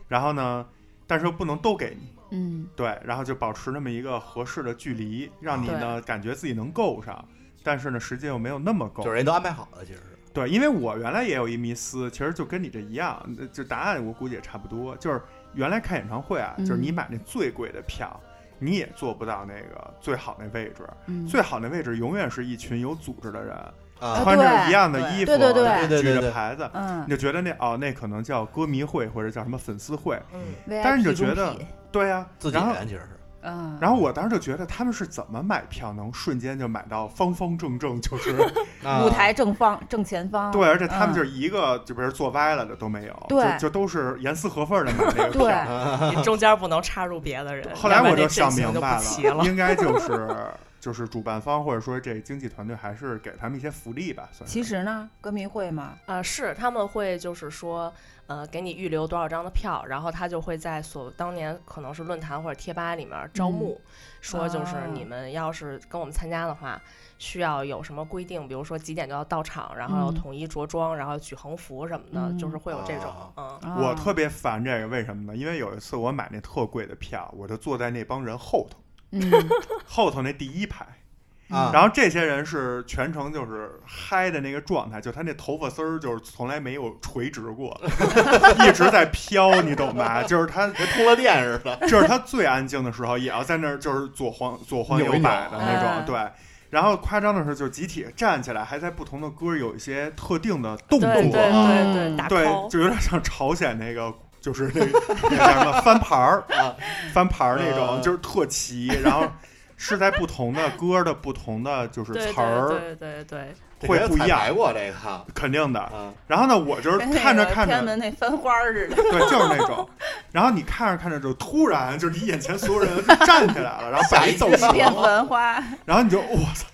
S3: 然后呢，但是又不能都给你，
S4: 嗯
S3: 对，然后就保持那么一个合适的距离，让你呢感觉自己能够上，但是呢时间又没有那么够
S6: 就是。人都安排好了，其实是
S3: 对，因为我原来也有一迷思，其实就跟你这一样，呃就答案我估计也差不多。就是原来看演唱会啊，
S4: 嗯
S3: 就是你买那最贵的票，你也坐不到那个最好那位置。
S4: 嗯，
S3: 最好那位置永远是一群有组织的人，
S6: 啊，
S3: 穿着一样的
S4: 对
S3: 衣服，
S4: 对对对
S6: 对对
S3: 举
S6: 对
S3: 着牌子，
S4: 嗯
S3: 你，就觉得那哦，那可能叫歌迷会或者叫什么粉丝会。
S1: 嗯，
S3: 但是你就
S4: VIP
S3: 觉得
S4: 中体，
S3: 对呀、
S6: 自己
S3: 然后
S6: 人其实是
S4: 嗯，
S3: 然后我当时就觉得他们是怎么买票能瞬间就买到方方正正，就是
S6: 啊
S4: 舞台正方正前方，
S3: 对，而且他们
S4: 嗯
S3: 就是一个就比如坐歪了的都没有，
S4: 对
S3: 就就都是严丝合缝的买那个
S4: 对
S3: 票。
S1: 你中间不能插入别的人。
S3: 后来
S1: 要不
S3: 我
S1: 然这
S3: 想
S1: 阵型
S3: 明
S1: 就
S3: 白
S1: 不齐了，
S3: 应该就是就是主办方或者说这经纪团队还是给他们一些福利吧，算是。
S4: 其实呢，歌迷会嘛，
S1: 啊、是他们会就是说，呃，给你预留多少张的票，然后他就会在所当年可能是论坛或者贴吧里面招募，说就是
S4: 嗯啊
S1: 你们要是跟我们参加的话，需要有什么规定，比如说几点就要到场，然后要
S4: 嗯
S1: 统一着装，然后举横幅什么的，
S4: 嗯
S1: 就是会有这种，嗯。
S4: 啊
S3: 我特别烦这个，为什么呢？因为有一次我买那特贵的票，我就坐在那帮人后头，
S4: 嗯
S3: 后头那第一排。
S6: 啊，
S3: 然后这些人是全程就是嗨的那个状态，就他那头发丝儿就是从来没有垂直过， 一直在飘，你懂吧？就是他，
S6: 跟通了电似的。
S3: 这是他最安静的时候，也要在那儿就是左晃左晃右摆的那
S4: 扭一扭
S3: 种，对。然后夸张的是，就集体站起来，还在不同的歌有一些特定的动作，
S1: 对对对对，
S4: 嗯
S1: 打 call
S3: 对，就有点像朝鲜那个，就是那那叫什么翻牌儿
S6: 啊，
S3: 翻牌儿那
S6: 呃
S3: 种，就是特齐，然后是在不同的歌的不同的就是
S1: 对对
S3: 词儿
S1: 对对对，
S3: 会不一样
S6: 来，过这个
S3: 肯定的。
S6: 啊，
S3: 然后呢，我就是
S1: 哎
S4: 跟那
S3: 看着
S4: 个
S3: 看
S4: 天
S3: 着
S4: 安，门那翻花儿似的，
S3: 对，就是那种。然后你看着看着，就突然就是你眼前所有人都站起来了，然后
S6: 吓
S3: 摆
S6: 一
S3: 一
S6: 跳
S3: 走
S6: 啊
S3: 形，
S4: 变繁花，
S3: 然后你就我操。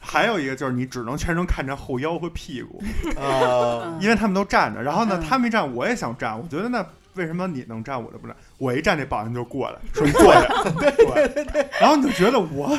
S3: 还有一个就是你只能全程看着后腰和屁股，
S6: 呃，
S3: 因为他们都站着。然后呢
S4: 嗯，
S3: 他们一站，我也想站。我觉得那为什么你能站，我就不站？我一站，那保安就过 来说你坐下。对对对。然后你就觉得 我，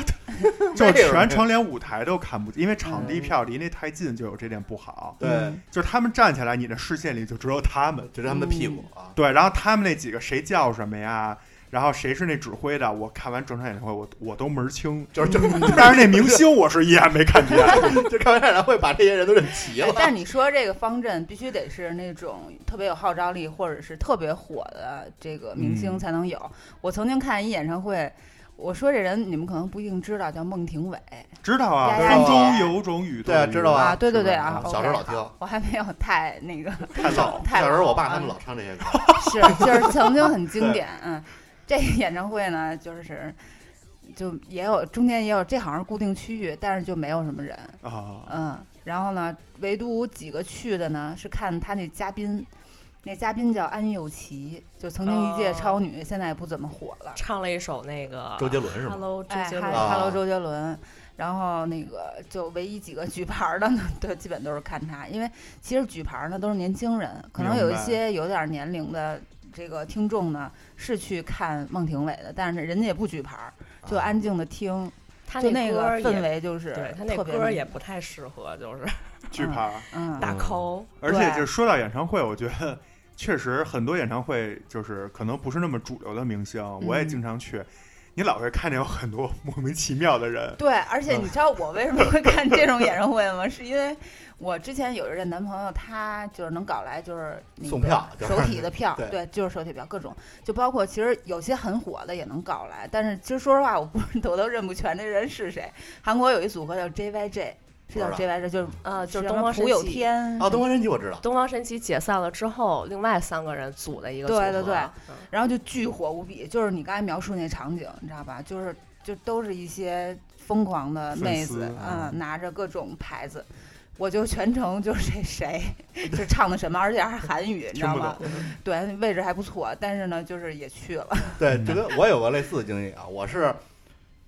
S3: 就是全程连舞台都看不见，因为场地票离那太近，就有这点不好。
S6: 对，
S3: 就是他们站起来，你的视线里就只有他们。
S6: 就是他们的屁股啊，
S3: 对，然后他们那几个谁叫什么呀？然后谁是那指挥的？我看完整场演唱会，我我都门儿清。
S6: 就是就是，
S3: 但是那明星我是一眼没看见。
S6: 就看完展览会把这些人都认齐
S4: 哎
S6: 了。
S4: 但是你说这个方阵必须得是那种特别有号召力或者是特别火的这个明星
S3: 嗯
S4: 才能有。我曾经看一演唱会，我说这人你们可能不一定知道，叫孟庭苇
S3: 知道啊，
S4: 呀呀
S3: 风中
S6: 呀
S3: 有种雨
S6: 对啊
S3: 中
S6: 知
S3: 无
S6: 道啊
S4: 啊，对对对
S3: 是吧
S4: 啊，
S6: 小时候
S4: OK，
S6: 老听
S4: 好我还没有太那 个，
S6: 看到
S4: 太
S6: 小时候我爸
S4: 老
S6: 他们
S4: 了
S6: 老唱这些歌，
S4: 是就是曾经很 经典，嗯，这个演唱会呢就是。就也有中间也有，这好像是固定区域，但是就没有什么人，
S3: 啊，
S4: 嗯，然后呢，唯独几个去的呢是看他那嘉宾，那嘉宾叫安又琪，就曾经一届
S1: 哦
S4: 超女，现在也不怎么火了。
S1: 唱了一首那个
S6: 周杰伦是吗？
S1: Hello 周
S4: 哎
S1: 杰
S4: 哈
S1: 伦，
S3: 哦
S6: 啊
S4: ，Hello 周杰伦，然后那个就唯一几个举牌儿的呢，对，基本都是看他，因为其实举牌儿呢都是年轻人，可能有一
S3: 明白
S4: 些有点年龄的这个听众呢是去看孟庭苇的，但是人家也不举牌儿，就
S6: 啊
S4: 安静的听，
S1: 他
S4: 就
S1: 那
S4: 那
S1: 歌
S4: 个
S1: 儿也
S4: 氛围就是
S1: 对他那
S4: 特别
S1: 歌儿
S4: 明
S1: 也
S4: 显
S1: 不太适合，就是
S3: 巨牌儿。
S4: 嗯
S1: 打
S6: 嗯
S1: call。
S3: 而且
S4: 对
S3: 就说到演唱会，我觉得 确实很多演唱会就是可能不是那么主流的明星，我
S4: 嗯
S3: 也经常去。你老会看见有很多莫名其妙的人，
S4: 对，而
S6: 啊
S4: 且你知道我为什么会看这种演唱会吗？是因为我之前有一任男朋友，他就是能搞来就是那个
S6: 送票就是
S4: 手体的票，
S6: 对
S4: 对，就是手体票，各种，就包括其实有些很火的也能搞来，但是 其实说实话，我不我都认不全这人是谁。韩国有一组合叫 JYJ，是叫
S6: 不知
S4: JYJ，就是
S1: 呃，就是是
S4: 什
S1: 东
S4: 么
S1: 方神
S4: 朴有
S1: 起
S4: 天
S6: 啊，东方神起我知道，
S1: 东方神起解散了之后，另外三个人组的一个
S4: 对
S1: 组合
S4: 对对
S1: 嗯
S4: 然后就巨火无比，就是你刚才描述那场景，你知道吧？就是就都是一些疯狂的妹子
S3: 粉丝，
S4: 嗯，拿着各种牌子，我就全程就是 这谁就唱的什么，而且还是韩语，你知
S3: 听
S4: 道
S3: 不
S4: 吗
S3: 懂？。
S4: 对，位置还不错，但是呢，就是也去了，
S6: 对，这个我有个类似的经历啊，我是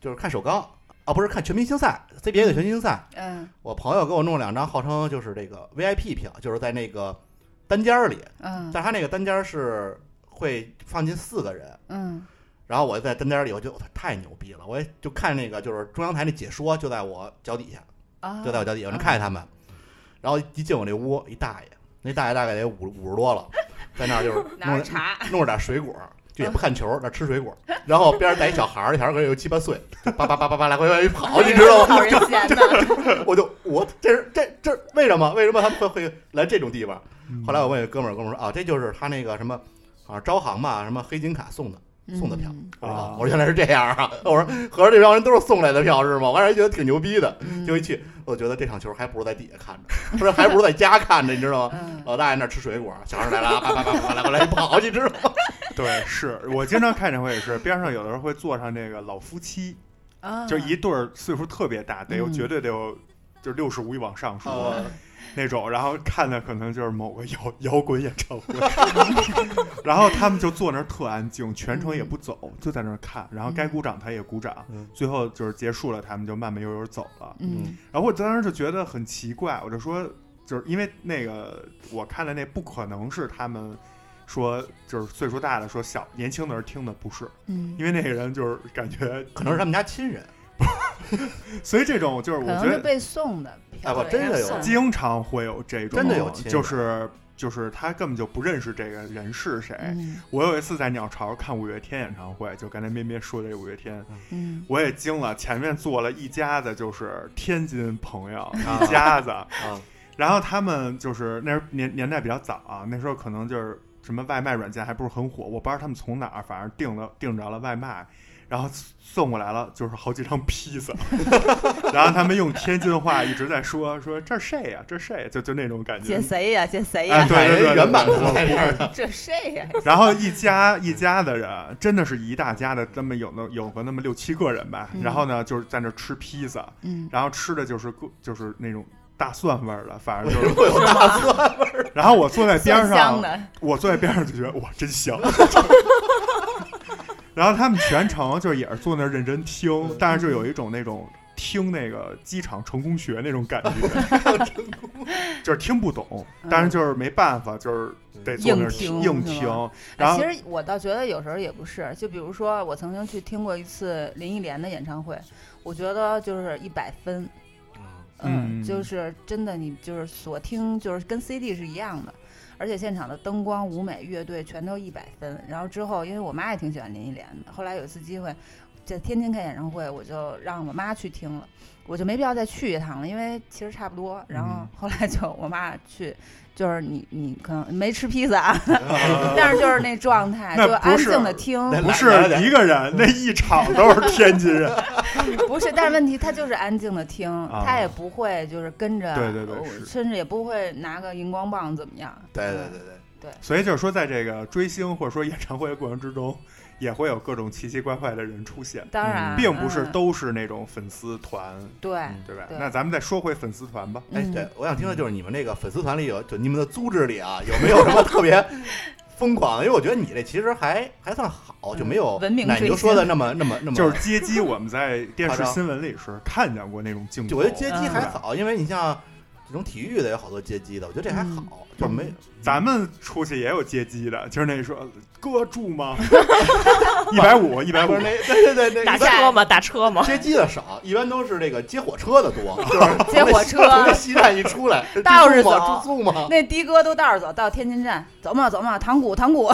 S6: 就是看首钢啊，不是看全明星赛 CBA 的全明星赛，
S4: 嗯
S6: 我朋友给我弄两张号称就是这个 VIP 票，就是在那个单间儿里，
S4: 嗯
S6: 但是他那个单间儿是会放进四个人，
S4: 嗯
S6: 然后我就在单间儿里，我就太牛逼了，我也就看那个就是中央台那解说就在我脚底下，
S4: 啊，
S6: 就在我脚底下，我能看见他们，然后一进我那屋，一大爷，那大爷大概得五五十多了，在那儿就是
S4: 拿
S6: 弄
S4: 着茶，
S6: 弄着点水果，就也不看球，那儿吃水果，然后边上带一小孩儿，那小孩儿可能有七八岁，就叭叭叭叭叭来回来回跑，哦你知道吗
S4: 讨？ 人嫌的，
S6: 我就我这是这这为什么为什么他们会会来这种地方？后来我问哥们儿，哥们儿说啊，这就是他那个什么。啊，招行吧，什么黑金卡送的，送的票
S4: 嗯
S6: 我说
S3: 啊
S6: 我说原来是这样啊！我说合着这帮人都是送来的票是吗？我还是觉得挺牛逼的。
S4: 嗯
S6: 就一去，我觉得这场球还不如在底下看着，不是还不如在家看着，你知道吗？
S4: 嗯
S6: 老大爷那儿吃水果，小孩儿来了，叭叭叭叭来回来跑，你知道吗？
S3: 对，是我经常看这会也是，边上有的时候会坐上这个老夫妻，
S4: 啊，
S3: 就一对儿岁数特别大，得有
S4: 嗯哦
S3: 绝对得有就六十五往上说，
S6: 啊
S3: 那种，然后看的可能就是某个摇摇滚演唱会， 然后他们就坐那儿特安静，全程也不走，就在那儿看，然后该鼓掌他也鼓掌，
S5: 嗯
S3: 最后就是结束了，他们就慢慢悠悠走了。
S4: 嗯
S3: 然后我当时就觉得很奇怪，我就说，就是因为那个我看的那不可能是他们说就是岁数大的说小年轻的人听的不是，
S4: 嗯，
S3: 因为那个人就是感觉，
S6: 可能是他们家亲人，
S3: 所以这种就是
S4: 可
S3: 我
S4: 能
S3: 觉
S4: 是
S3: 得
S4: 被送的票，
S6: 哎我真的有
S4: 送
S3: 经常会有这种，
S6: 真的有亲人
S3: 就是就是他根本就不认识这个人是谁。
S4: 嗯
S3: 我有一次在鸟巢看五月天演唱会，就刚才咩咩说这五月天，
S4: 嗯
S3: 我也惊了，前面坐了一家子就是天津朋友，
S6: 啊
S3: 一家子。
S6: 啊，
S3: 然后他们就是那时候年年代比较早啊，那时候可能就是什么外卖软件还不是很火，我不知道他们从哪儿，反正订了订着了外卖，然后送过来了就是好几张披 萨，然后他们用天津话一直在说说这谁呀、这谁呀、就就那嗯种感觉
S4: 这。谁呀？这谁
S3: 哎，
S4: 呀？
S3: 对对对对，
S6: 原版
S3: 对
S6: 在这儿呢
S4: 这谁呀？
S3: 然后一家一家的人，真的是一大家的，那么有那有个那么六七个人吧。然后呢，就是在那吃披萨，
S4: 嗯
S3: 然后吃的就是各就是那种大蒜味儿的，反正就是有大蒜味儿。 然后我坐在边
S4: 蒜香
S3: 上，
S4: 的，
S3: 我坐在边上就觉得哇，真香。 然后他们全程就是也是坐那儿认真听，但是就有一种那种听那个机场成功学那种感觉， 就是听不懂，但是就是没办法，就是得坐那儿
S4: 嗯硬听
S3: 硬
S4: 是
S3: 听
S4: 吗。
S3: 然
S4: 哎
S3: 后
S4: 其实我倒觉得有时候也不是，就比如说我曾经去听过一次林忆莲的演唱会，我觉得就是一百分，嗯，
S3: 嗯
S4: 就是真的你就是所听就是跟 CD 是一样的，而且现场的灯光、舞美、乐队全都一百分。然后之后，因为我妈也挺喜欢林忆莲的，后来有一次机会。在天津开演唱会，我就让我妈去听了，我就没必要再去一趟了，因为其实差不多。然后
S3: 嗯
S4: 后来就我妈去，就是你你可能没吃披萨，啊， 但是就是那状态，
S3: 那
S4: 就
S3: 不
S4: 安
S3: 是
S4: 静的听，
S3: 呃不是一个人，那一场都是天津人。
S1: 哎
S4: 不是，但是问题他就是安静的听，他也不会就是跟着，
S3: 对对对
S4: 呃
S3: 是
S4: 甚至也不会拿个荧光棒怎么样。嗯
S6: 对对对对，
S3: 所以就是说，在这个追星或者说演唱会的过程之中，也会有各种奇奇怪怪的人出现，
S4: 当然、
S3: 并不是
S4: 嗯
S3: 都是那种粉丝团，
S4: 对。
S3: 对吧？
S4: 对
S3: 那咱们再说回粉丝团吧。
S6: 哎，
S4: 嗯
S6: 对，我想听的就是你们那个粉丝团里有，就你们的组织里啊，有没有什么特别疯狂的？因为我觉得你这其实还还算好，就没有
S4: 文明
S6: 奶
S4: 追
S6: 牛
S4: 星
S6: 说的那么那么那么，
S3: 就是街机，我们 在电视新闻里是看见过那种镜头。
S6: 就我觉得街机
S4: 嗯
S6: 还好，因为你像这种体育的有好多街机的，我觉得这还好，就是没
S3: 咱们出去也有街机的，就是那说哥住 吗？一百五，一百
S6: 不
S3: 五
S6: 是。 那对对对
S1: 打
S6: 那
S1: 车吗？打车吗？
S6: 街机的少，一般都是这个接火车 的多，就是
S4: 接火车
S6: 从这西站一出来，这
S4: 倒着
S6: 住
S4: 走
S6: 吗？住宿吗？
S4: 那的哥都倒着走到天津站，走嘛走嘛，堂鼓堂鼓，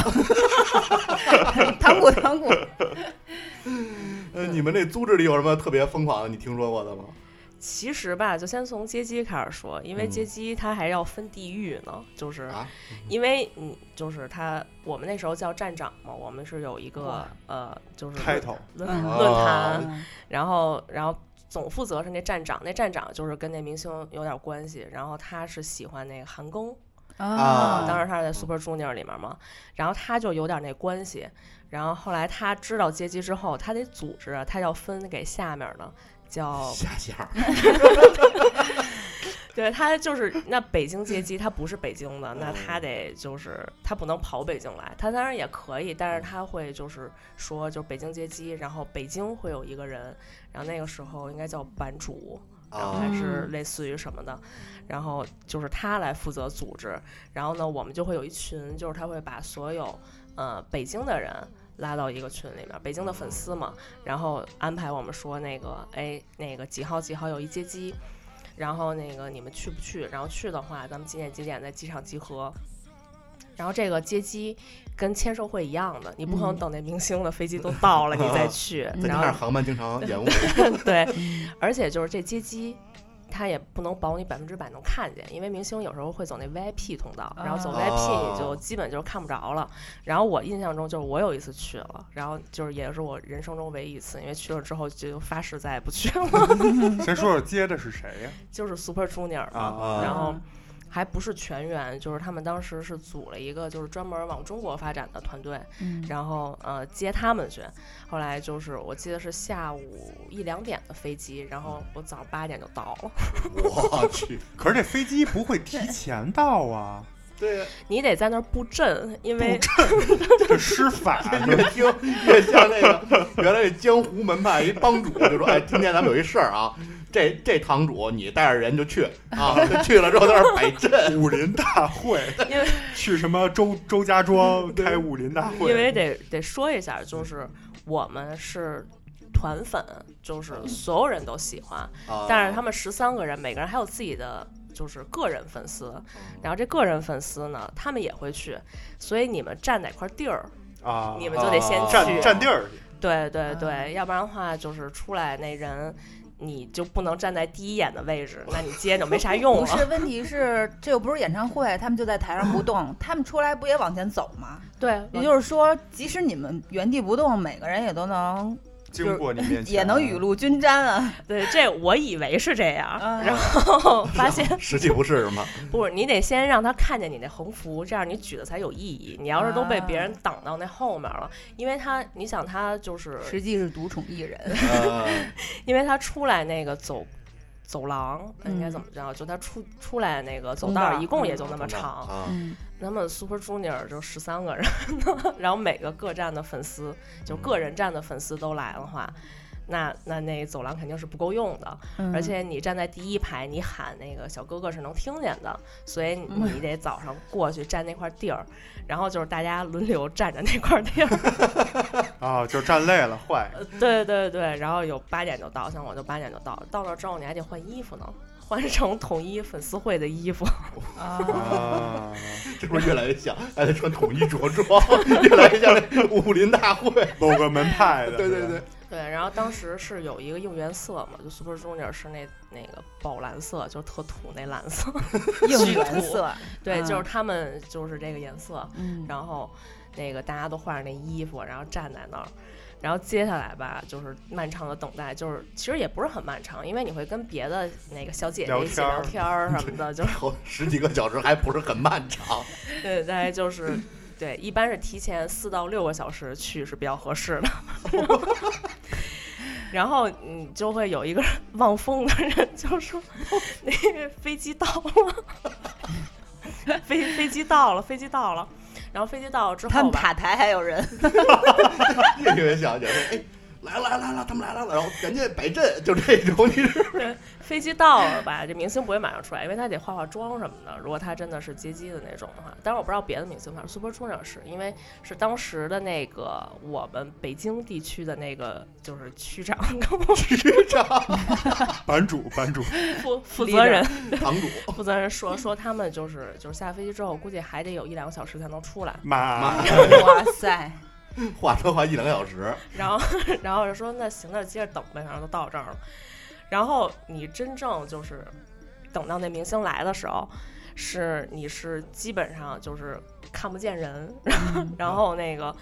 S4: 堂鼓堂鼓。
S6: 呃，你们那组织里有什么特别疯狂的？你听说过的吗？
S1: 其实吧，就先从街机开始说，因为街机它还要分地域呢，就是
S6: 啊
S1: 因为嗯，就是它我们那时候叫站长嘛，我们是有一个
S4: 哇
S1: 呃，就是论
S3: title
S1: 论
S4: 嗯
S1: 论坛，
S4: 嗯
S1: 然后然后总负责是那站长，那站长就是跟那明星有点关系，然后他是喜欢那个韩庚，
S6: 啊
S1: 当时他是在 Super Junior 里面嘛，然后他就有点那关系，然后后来他知道阶级之后，他得组织，啊他要分给下面的，叫
S6: 下线儿，
S1: 对他就是那北京阶级，他不是北京的，那他得就是他不能跑北京来，他当然也可以，但是他会就是说就是北京阶级，然后北京会有一个人，然后那个时候应该叫版主，然后还
S6: 啊
S1: 是类似于什么的，然后就是他来负责组织，然后呢，我们就会有一群，就是他会把所有呃北京的人拉到一个群里面，北京的粉丝嘛，然后安排我们说那个哎那个几号几号有一接机，然后那个你们去不去？然后去的话，咱们几点几点在机场集合。然后这个接机跟签售会一样的，你不可能
S4: 嗯
S1: 等那明星的飞机都到了你再去
S4: 嗯，
S6: 再
S1: 然
S6: 加
S1: 后
S6: 上航班经常延误，
S1: 对，而且就是这接机，它也不能保你百分之百能看见，因为明星有时候会走那 VIP 通道，然后走
S6: 啊
S1: VIP 你就基本就是看不着了。然后我印象中就是我有一次去了，然后就是也是我人生中唯一一次，因为去了之后就发誓再也不去了，
S3: 先说说接的是谁呀？
S1: 就是 Super Junior 嘛。
S3: 啊
S1: 然后还不是全员，就是他们当时是组了一个就是专门往中国发展的团队，
S4: 嗯
S1: 然后呃接他们去。后来就是我记得是下午一两点的飞机，然后我早上八点就到了。
S6: 我去，
S3: 可是这飞机不会提前到啊，
S6: 对，
S1: 你得在那儿布阵，因为
S3: 这施法
S6: 越听越像那个原来那江湖门派一帮主就说：“哎，今天咱们有一事儿啊，这这堂主你带着人就去啊， 就去了之后在那儿摆 阵，
S3: 武林大会，
S1: 因为
S3: 去什么周周家庄开武林大
S1: 因
S3: 会，
S1: 为得得说一下，就是我们是团粉，就是所有人都喜欢，
S6: 啊
S1: 但是他们十三个人，每个人还有自己的就是个人粉丝，然后这个人粉丝呢，他们也会去，所以你们占哪块地儿，
S3: 啊，
S1: 你们就得先
S6: 啊
S1: 去。
S3: 占占地儿去，
S1: 对对对，要不然的话就是出来那人，你就不能站在第一眼的位置，那你接就没啥用
S4: 不是，
S1: 了。
S4: 问题是这又不是演唱会，他们就在台上不动，他们出来不也往前走吗？
S1: 对，
S4: 也就是说，即使你们原地不动，每个人也都能
S3: 经过你面前
S4: 也能雨露均沾啊。
S1: 对这我以为是这样，
S4: 嗯
S1: 啊然后发现
S6: 实际不是什么，
S1: 不是，你得先让他看见你那横幅，这样你举的才有意义。你要是都被别人挡到那后面了，因为他，你想他就是，
S4: 实际是独宠艺人，
S6: 嗯
S1: 因为他出来那个走走廊，
S4: 嗯
S1: 应该怎么叫？就他出出来那个走
S4: 通道
S1: 道，一共也就那么长。
S6: 啊，
S4: 嗯，
S1: 那么 Super Junior 就十三个人呢， 然后每个各站的粉丝，就个人站的粉丝都来的话。那那那走廊肯定是不够用的，而且你站在第一排，你喊那个小哥哥是能听见的，所以你
S4: 嗯
S1: 你得早上过去占那块地儿，然后就是大家轮流站着那块地 儿。
S3: 啊，就站累了 坏，
S1: 对对对，然后有八点就到，像我就八点就到，到那之后你还得换衣服呢，换成统一粉丝会的衣服。
S4: 啊，
S3: 啊，
S6: 这不是越来越像，还得穿统一着装， 越来越像那武林大会，
S3: 某个门派的，
S6: 对对对，
S1: 对，然后当时是有一个应援色嘛，就 Super Junior 是那那个宝蓝色，就是特土那蓝色。
S4: 应援色，
S1: 对，就是
S4: 嗯
S1: 他们就是这个颜色。
S4: 嗯，
S1: 然后那个大家都换着那衣服，然后站在那儿，然后接下来吧，就是漫长的等待，就是其实也不是很漫长，因为你会跟别的那个小姐姐
S3: 聊
S1: 一起
S3: 天儿
S1: 聊天儿什么的，就是
S6: 好十几个小时还不是很漫长，
S1: 对，大概 就是。对，一般是提前四到六个小时去是比较合适 的。然后你就会有一个 望风的人就说：“ 那个飞机到了， 飞飞机到了，飞机到了。”然后飞机到了之后吧，
S4: 他们塔台还有人，
S6: 越来越像，就是哎。来了来了来了，他们来了，然后赶紧摆阵，就这种，你知道
S1: 对，飞机到了吧， 这明星不会马上出来，因为他得化化妆什么的。如果他真的是接机的那种的话，当然我不知道别的明星，反正 Super Junior 是因为是当时的那个我们北京地区的那个就是区长跟我
S3: 版主版主，
S1: 负负责人
S6: 堂主
S1: 负责人说说他们就是就是下飞机之后，估计还得有一两个小时才能出来。
S3: 妈，
S4: 哇塞，
S6: 话说话一两个小时，
S1: 然后然后就说那行，那就接着等呗，反正都到这儿了。然后你真正就是等到那明星来的时候，是你是基本上就是看不见人，
S4: 嗯
S1: 然后那个。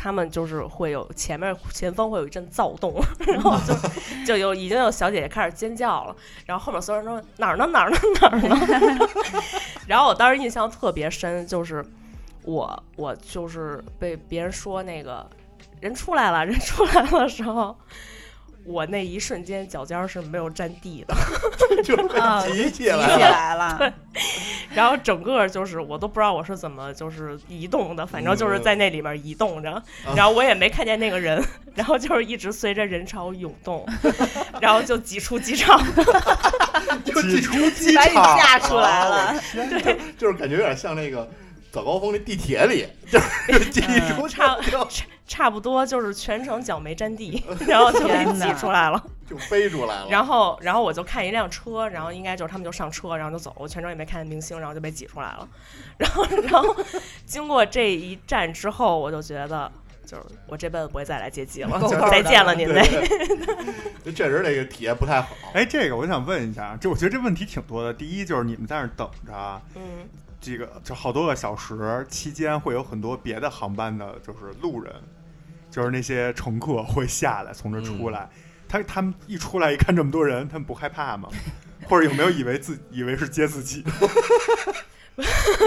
S1: 他们就是会有前面前方会有一阵躁动， 然后就就有已经有小姐姐开始尖叫了，然后后面所有人说哪儿呢哪儿呢哪儿呢， 然后我当时印象特别深，就是我我就是被别人说那个人出来了，人出来了的时候，我那一瞬间脚尖儿是没有沾地的，
S6: 就是
S4: 啊
S6: 很急起
S4: 急
S6: 来
S4: 起
S6: 了。
S4: 来了，
S1: 然后整个就是我都不知道我是怎么就是移动的，反正就是在那里面移动着，
S3: 嗯
S1: 然后我也没看见那个人， 然后就是一直随着人潮涌 动，然后就挤出机场，
S3: 挤出机
S4: 把你
S3: 场，
S4: 吓出来了，
S6: 就是感觉有点像那个早高峰那地铁里，就是进一出
S1: 差差不多就是全程脚没沾 地，然后就给
S4: 天哪
S1: 挤出来了。
S6: 就飞出来了。
S1: 然后，然后我就看一辆车，然后应该就是他们就上车，然后就走，我全程也没看见明星，然后就被挤出来了。然后，然后经过这一站之后，我就觉得，就是我这辈子不会再来接 机了，
S4: 够
S1: 就是
S4: 够
S1: 再
S4: 的
S1: 见
S4: 了
S1: 了您
S6: 对
S1: 嘞。
S6: 对对确实这个体验不太好。
S3: 哎，这个我想问一下，就我觉得这问题挺多的。第一就是你们在那儿等着，啊
S1: 嗯，
S3: 这个就好多个小时期间会有很多别的航班的，就是路人，就是那些乘客会下来从这出来。他他们一出来一看这么多人，他们不害怕吗？ 或者有没有以为自以为是接自己？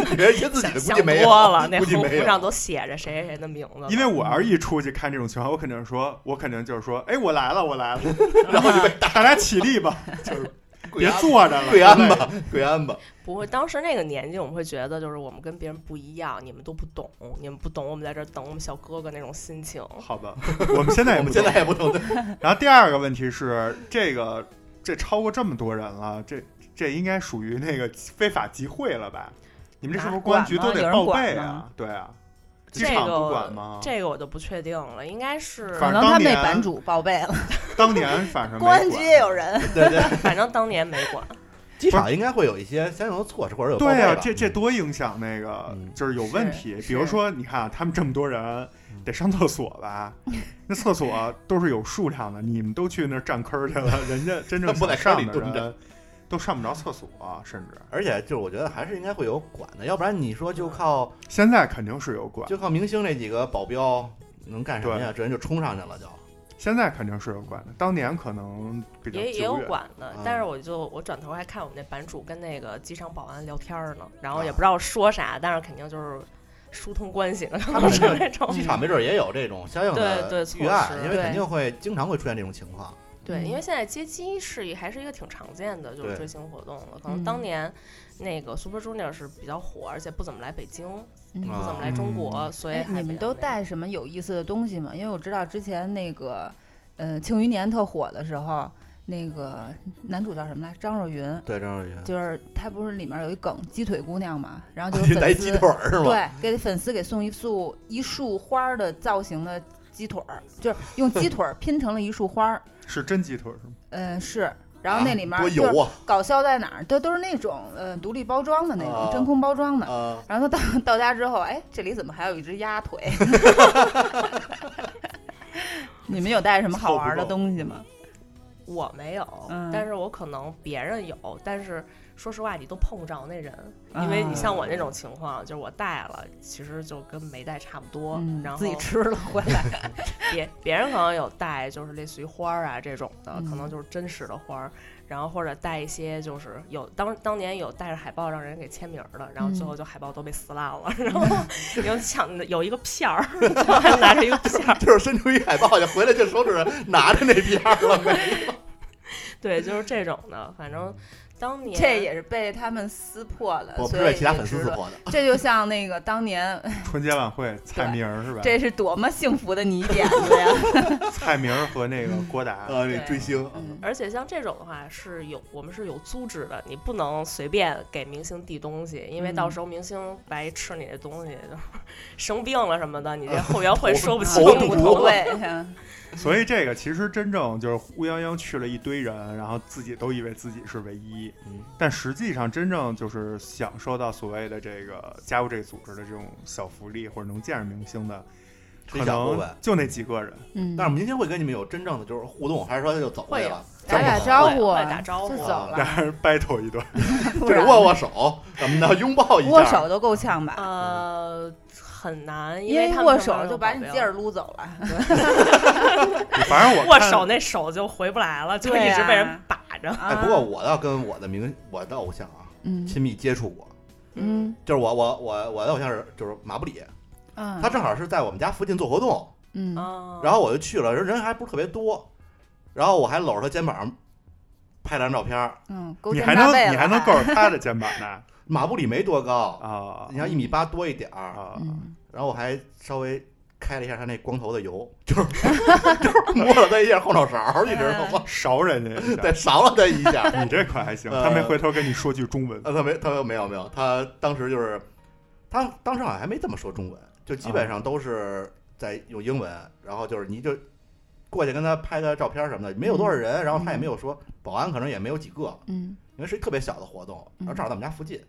S6: 你别接自己
S1: 想
S6: 的，估
S1: 想
S6: 计没有，
S1: 多了，那
S6: 估计
S1: 户
S6: 没
S1: 户
S6: 有。
S1: 上都写着谁谁谁的名字了，
S3: 因为我要是一出去看这种情况，我肯定说，我肯定就是说，哎，我来了，我来了，
S6: 然后就被
S3: 大家起立 吧，就是
S6: 跪
S3: 别
S6: 安
S3: 坐着了，
S6: 跪安吧，跪安吧。
S1: 不会，当时那个年纪，我们会觉得就是我们跟别人不一样，你们都不懂，你们不懂我们在这儿等我们小哥哥那种心情。
S3: 好吧，我们现在也
S6: 我
S3: 不懂
S6: 们现在也不懂，对
S3: 然后第二个问题是，这个这超过这么多人了，这这应该属于那个非法集会了吧？你们这是不是公安局都得报
S2: 管吗有
S3: 备
S2: 人管
S3: 啊
S2: 吗？
S3: 对啊，机
S1: 这
S3: 场不管
S1: 个
S3: 吗？
S1: 这个我就不确定了，应该是
S3: 反
S2: 可
S3: 正
S2: 能他
S3: 当
S2: 被
S3: 年
S2: 版主报备了，
S3: 当年反正没
S2: 公安局
S3: 管
S2: 也有人。
S6: 对对。
S1: 反正当年没管。
S6: 机场应该会有一些相应的措施或者有报
S3: 对
S6: 备
S3: 呀、
S6: 吧
S3: 啊，这这多影响那个，
S6: 嗯
S3: 就是有问题。
S2: 是
S3: 比如说，你看啊他们这么多人
S6: 嗯，
S3: 得上厕所 吧？那厕所都是有数量的，你们都去那儿占坑儿去了，人家真正
S6: 不在
S3: 想
S6: 坑
S3: 上
S6: 里
S3: 的
S6: 蹲着
S3: 人都上不着厕所、甚至
S6: 而且就是我觉得还是应该会有管的，要不然你说就靠
S3: 现在肯定是有管，
S6: 就靠明星那几个保镖能干什么呀？直接就冲上去了就。
S3: 现在肯定是有管的，当年可能比较
S1: 也也
S3: 久
S1: 有
S3: 远。
S1: 管的
S6: 啊，
S1: 但是我就我转头还看我们那版主跟那个机场保安聊天呢，然后也不知道说啥，但是肯定就是疏通关系，可能是那种。
S6: 机场没准儿也有这种相应 的
S1: 对对
S6: 预案
S1: 措，施
S6: 因为肯定会经常会出现这种情况。
S1: 对，
S4: 嗯
S1: 因为现在接机是一还是一个挺常见的，就是
S6: 对
S1: 追星活动了。可能当年那个 Super Junior 是比较火，而且不怎么来北京，
S2: 嗯
S1: 不怎么来中国，所以
S4: 哎，
S1: 还
S4: 你
S1: 比
S4: 们
S1: 较
S4: 都
S1: 那
S4: 带什么有意思的东西吗？因为我知道之前那个，呃，《庆余年》特火的时候，那个男主叫什么来？张若昀，
S6: 对，张若昀，
S4: 就是他不是里面有一梗“鸡腿姑娘”嘛，然后就
S6: 去
S4: 是
S6: 逮
S4: 粉
S6: 鸡
S4: 丝
S6: 腿儿是吗？
S4: 对给粉丝给送一束一束花儿的造型的鸡腿儿，就是用鸡 腿儿拼成了一束花儿。
S3: 是真鸡腿 是吗？
S4: 嗯、是。然后那里面
S6: 多
S4: 就是
S6: 油啊！
S4: 搞笑在哪儿？都都是那种呃独立包装的那种
S6: 啊
S4: 真空包装的。
S6: 啊，
S4: 然后他到到家之后，哎，这里怎么还有一只鸭腿？ 你们有带什么好玩的东西吗？
S1: 我没有，
S4: 嗯
S1: 但是我可能别人有，但是说实话，你都碰不着那人，
S4: 嗯
S1: 因为
S4: 啊
S1: 你像我那种情况，就是我带了，其实就跟没带差不多，
S4: 嗯
S1: 然，后
S4: 自己吃了回来。
S1: 别别人可能有带，就是类似于花儿啊这种的，
S4: 嗯
S1: 可能就是真实的花儿，然后或者带一些就是有当当年有带着海报让人给签名儿的，然后
S4: 嗯
S1: 最后就海报都被撕烂了， 然后有抢的有一个片儿， 就还拿着一个片儿，
S6: 就是伸出一海报去，回来就手指拿着那边 儿了没？
S1: 对，就是这种的，反正当年
S4: 这也是被他们撕破的，
S6: 我不
S4: 所
S6: 是
S4: 以
S6: 被其他粉丝
S4: 也
S6: 撕
S4: 知道
S6: 破的。
S4: 这就像那个当年，
S3: 春节晚会蔡明儿是吧？
S4: 这是多么幸福的泥点 子呀！
S3: 蔡明儿和那个
S1: 嗯
S3: 郭达，
S6: 啊，那追星，
S4: 嗯
S1: 而且像这种的话是有我们是有租制的，你不能随便给明星递东西，因为
S4: 嗯
S1: 到时候明星白吃你的东西，就 生病了什么的，你这后援会说不清
S6: 啊头
S4: 五头
S6: 毒
S1: 头了。
S4: 位，
S3: 所以这个其实真正就是乌泱泱去了一堆人，然后自己都以为自己是唯一，
S6: 嗯
S3: 但实际上真正就是享受到所谓的这个加入这个组织的这种小福利，或者能见着明星的，
S6: 这
S3: 可
S6: 小部
S3: 能
S6: 分
S3: 就那几个人。
S4: 嗯
S6: 但是明星会跟你们有真正的就是互动，还是说他就走过去了？
S4: 打打
S6: 这么
S4: 招呼，啊
S1: 会打招呼
S4: 就走了，
S3: 俩人 battle 一段，
S4: 不
S6: 对，
S4: 然
S6: 握握手怎么的，拥抱一下，
S4: 握手都够呛吧？
S1: 呃，很难，
S4: 因
S1: 为
S4: 为
S1: 他们
S4: 握
S1: 这帮
S4: 手
S1: 人
S4: 就
S1: 有
S4: 把
S1: 保
S4: 你
S1: 镖
S4: 劲儿撸 走了，
S3: 反正我
S1: 握
S3: 看
S1: 手那手就回不来了，就
S4: 对
S1: 一直被人
S4: 啊
S1: 把着。
S6: 哎，不过我倒跟我的明我的偶像啊
S4: 嗯
S6: 亲密接触过，
S4: 嗯
S6: 就是我我我我的偶像是就是马布里，
S4: 嗯，
S6: 他正好是在我们家附近做活动，
S4: 嗯
S1: 啊，
S6: 然后我就去了，人人还不是特别多，然后我还搂着他肩膀拍了张照片。
S4: 嗯，勾
S3: 你
S4: 肩
S3: 还
S4: 搭
S3: 能
S4: 背了，
S3: 你还能够着他的肩膀呢
S6: 马布里没多高，
S3: 啊
S6: 你像一米八多一点儿，
S3: 啊！
S4: 嗯，
S6: 然后我还稍微。开了一下他那光头的油，就是 就是摸了他一下后脑勺，你知道
S4: 嗯
S6: 吗？
S3: 勺人家一下，
S6: 对，勺了他一下，
S3: 你这可还行，
S6: 呃
S3: 他没回头跟你说句中 文。
S6: 啊，他没，他没有没有，他当时就是，他当时好像还没怎么说中文，就基本上都是在用英文，然后就是你就过去跟他拍个照片什么的，没有多少人，然后他也没有说保安，可能也没有几个，
S4: 嗯，
S6: 因为是一特别小的活动，然后正好在我们家附近，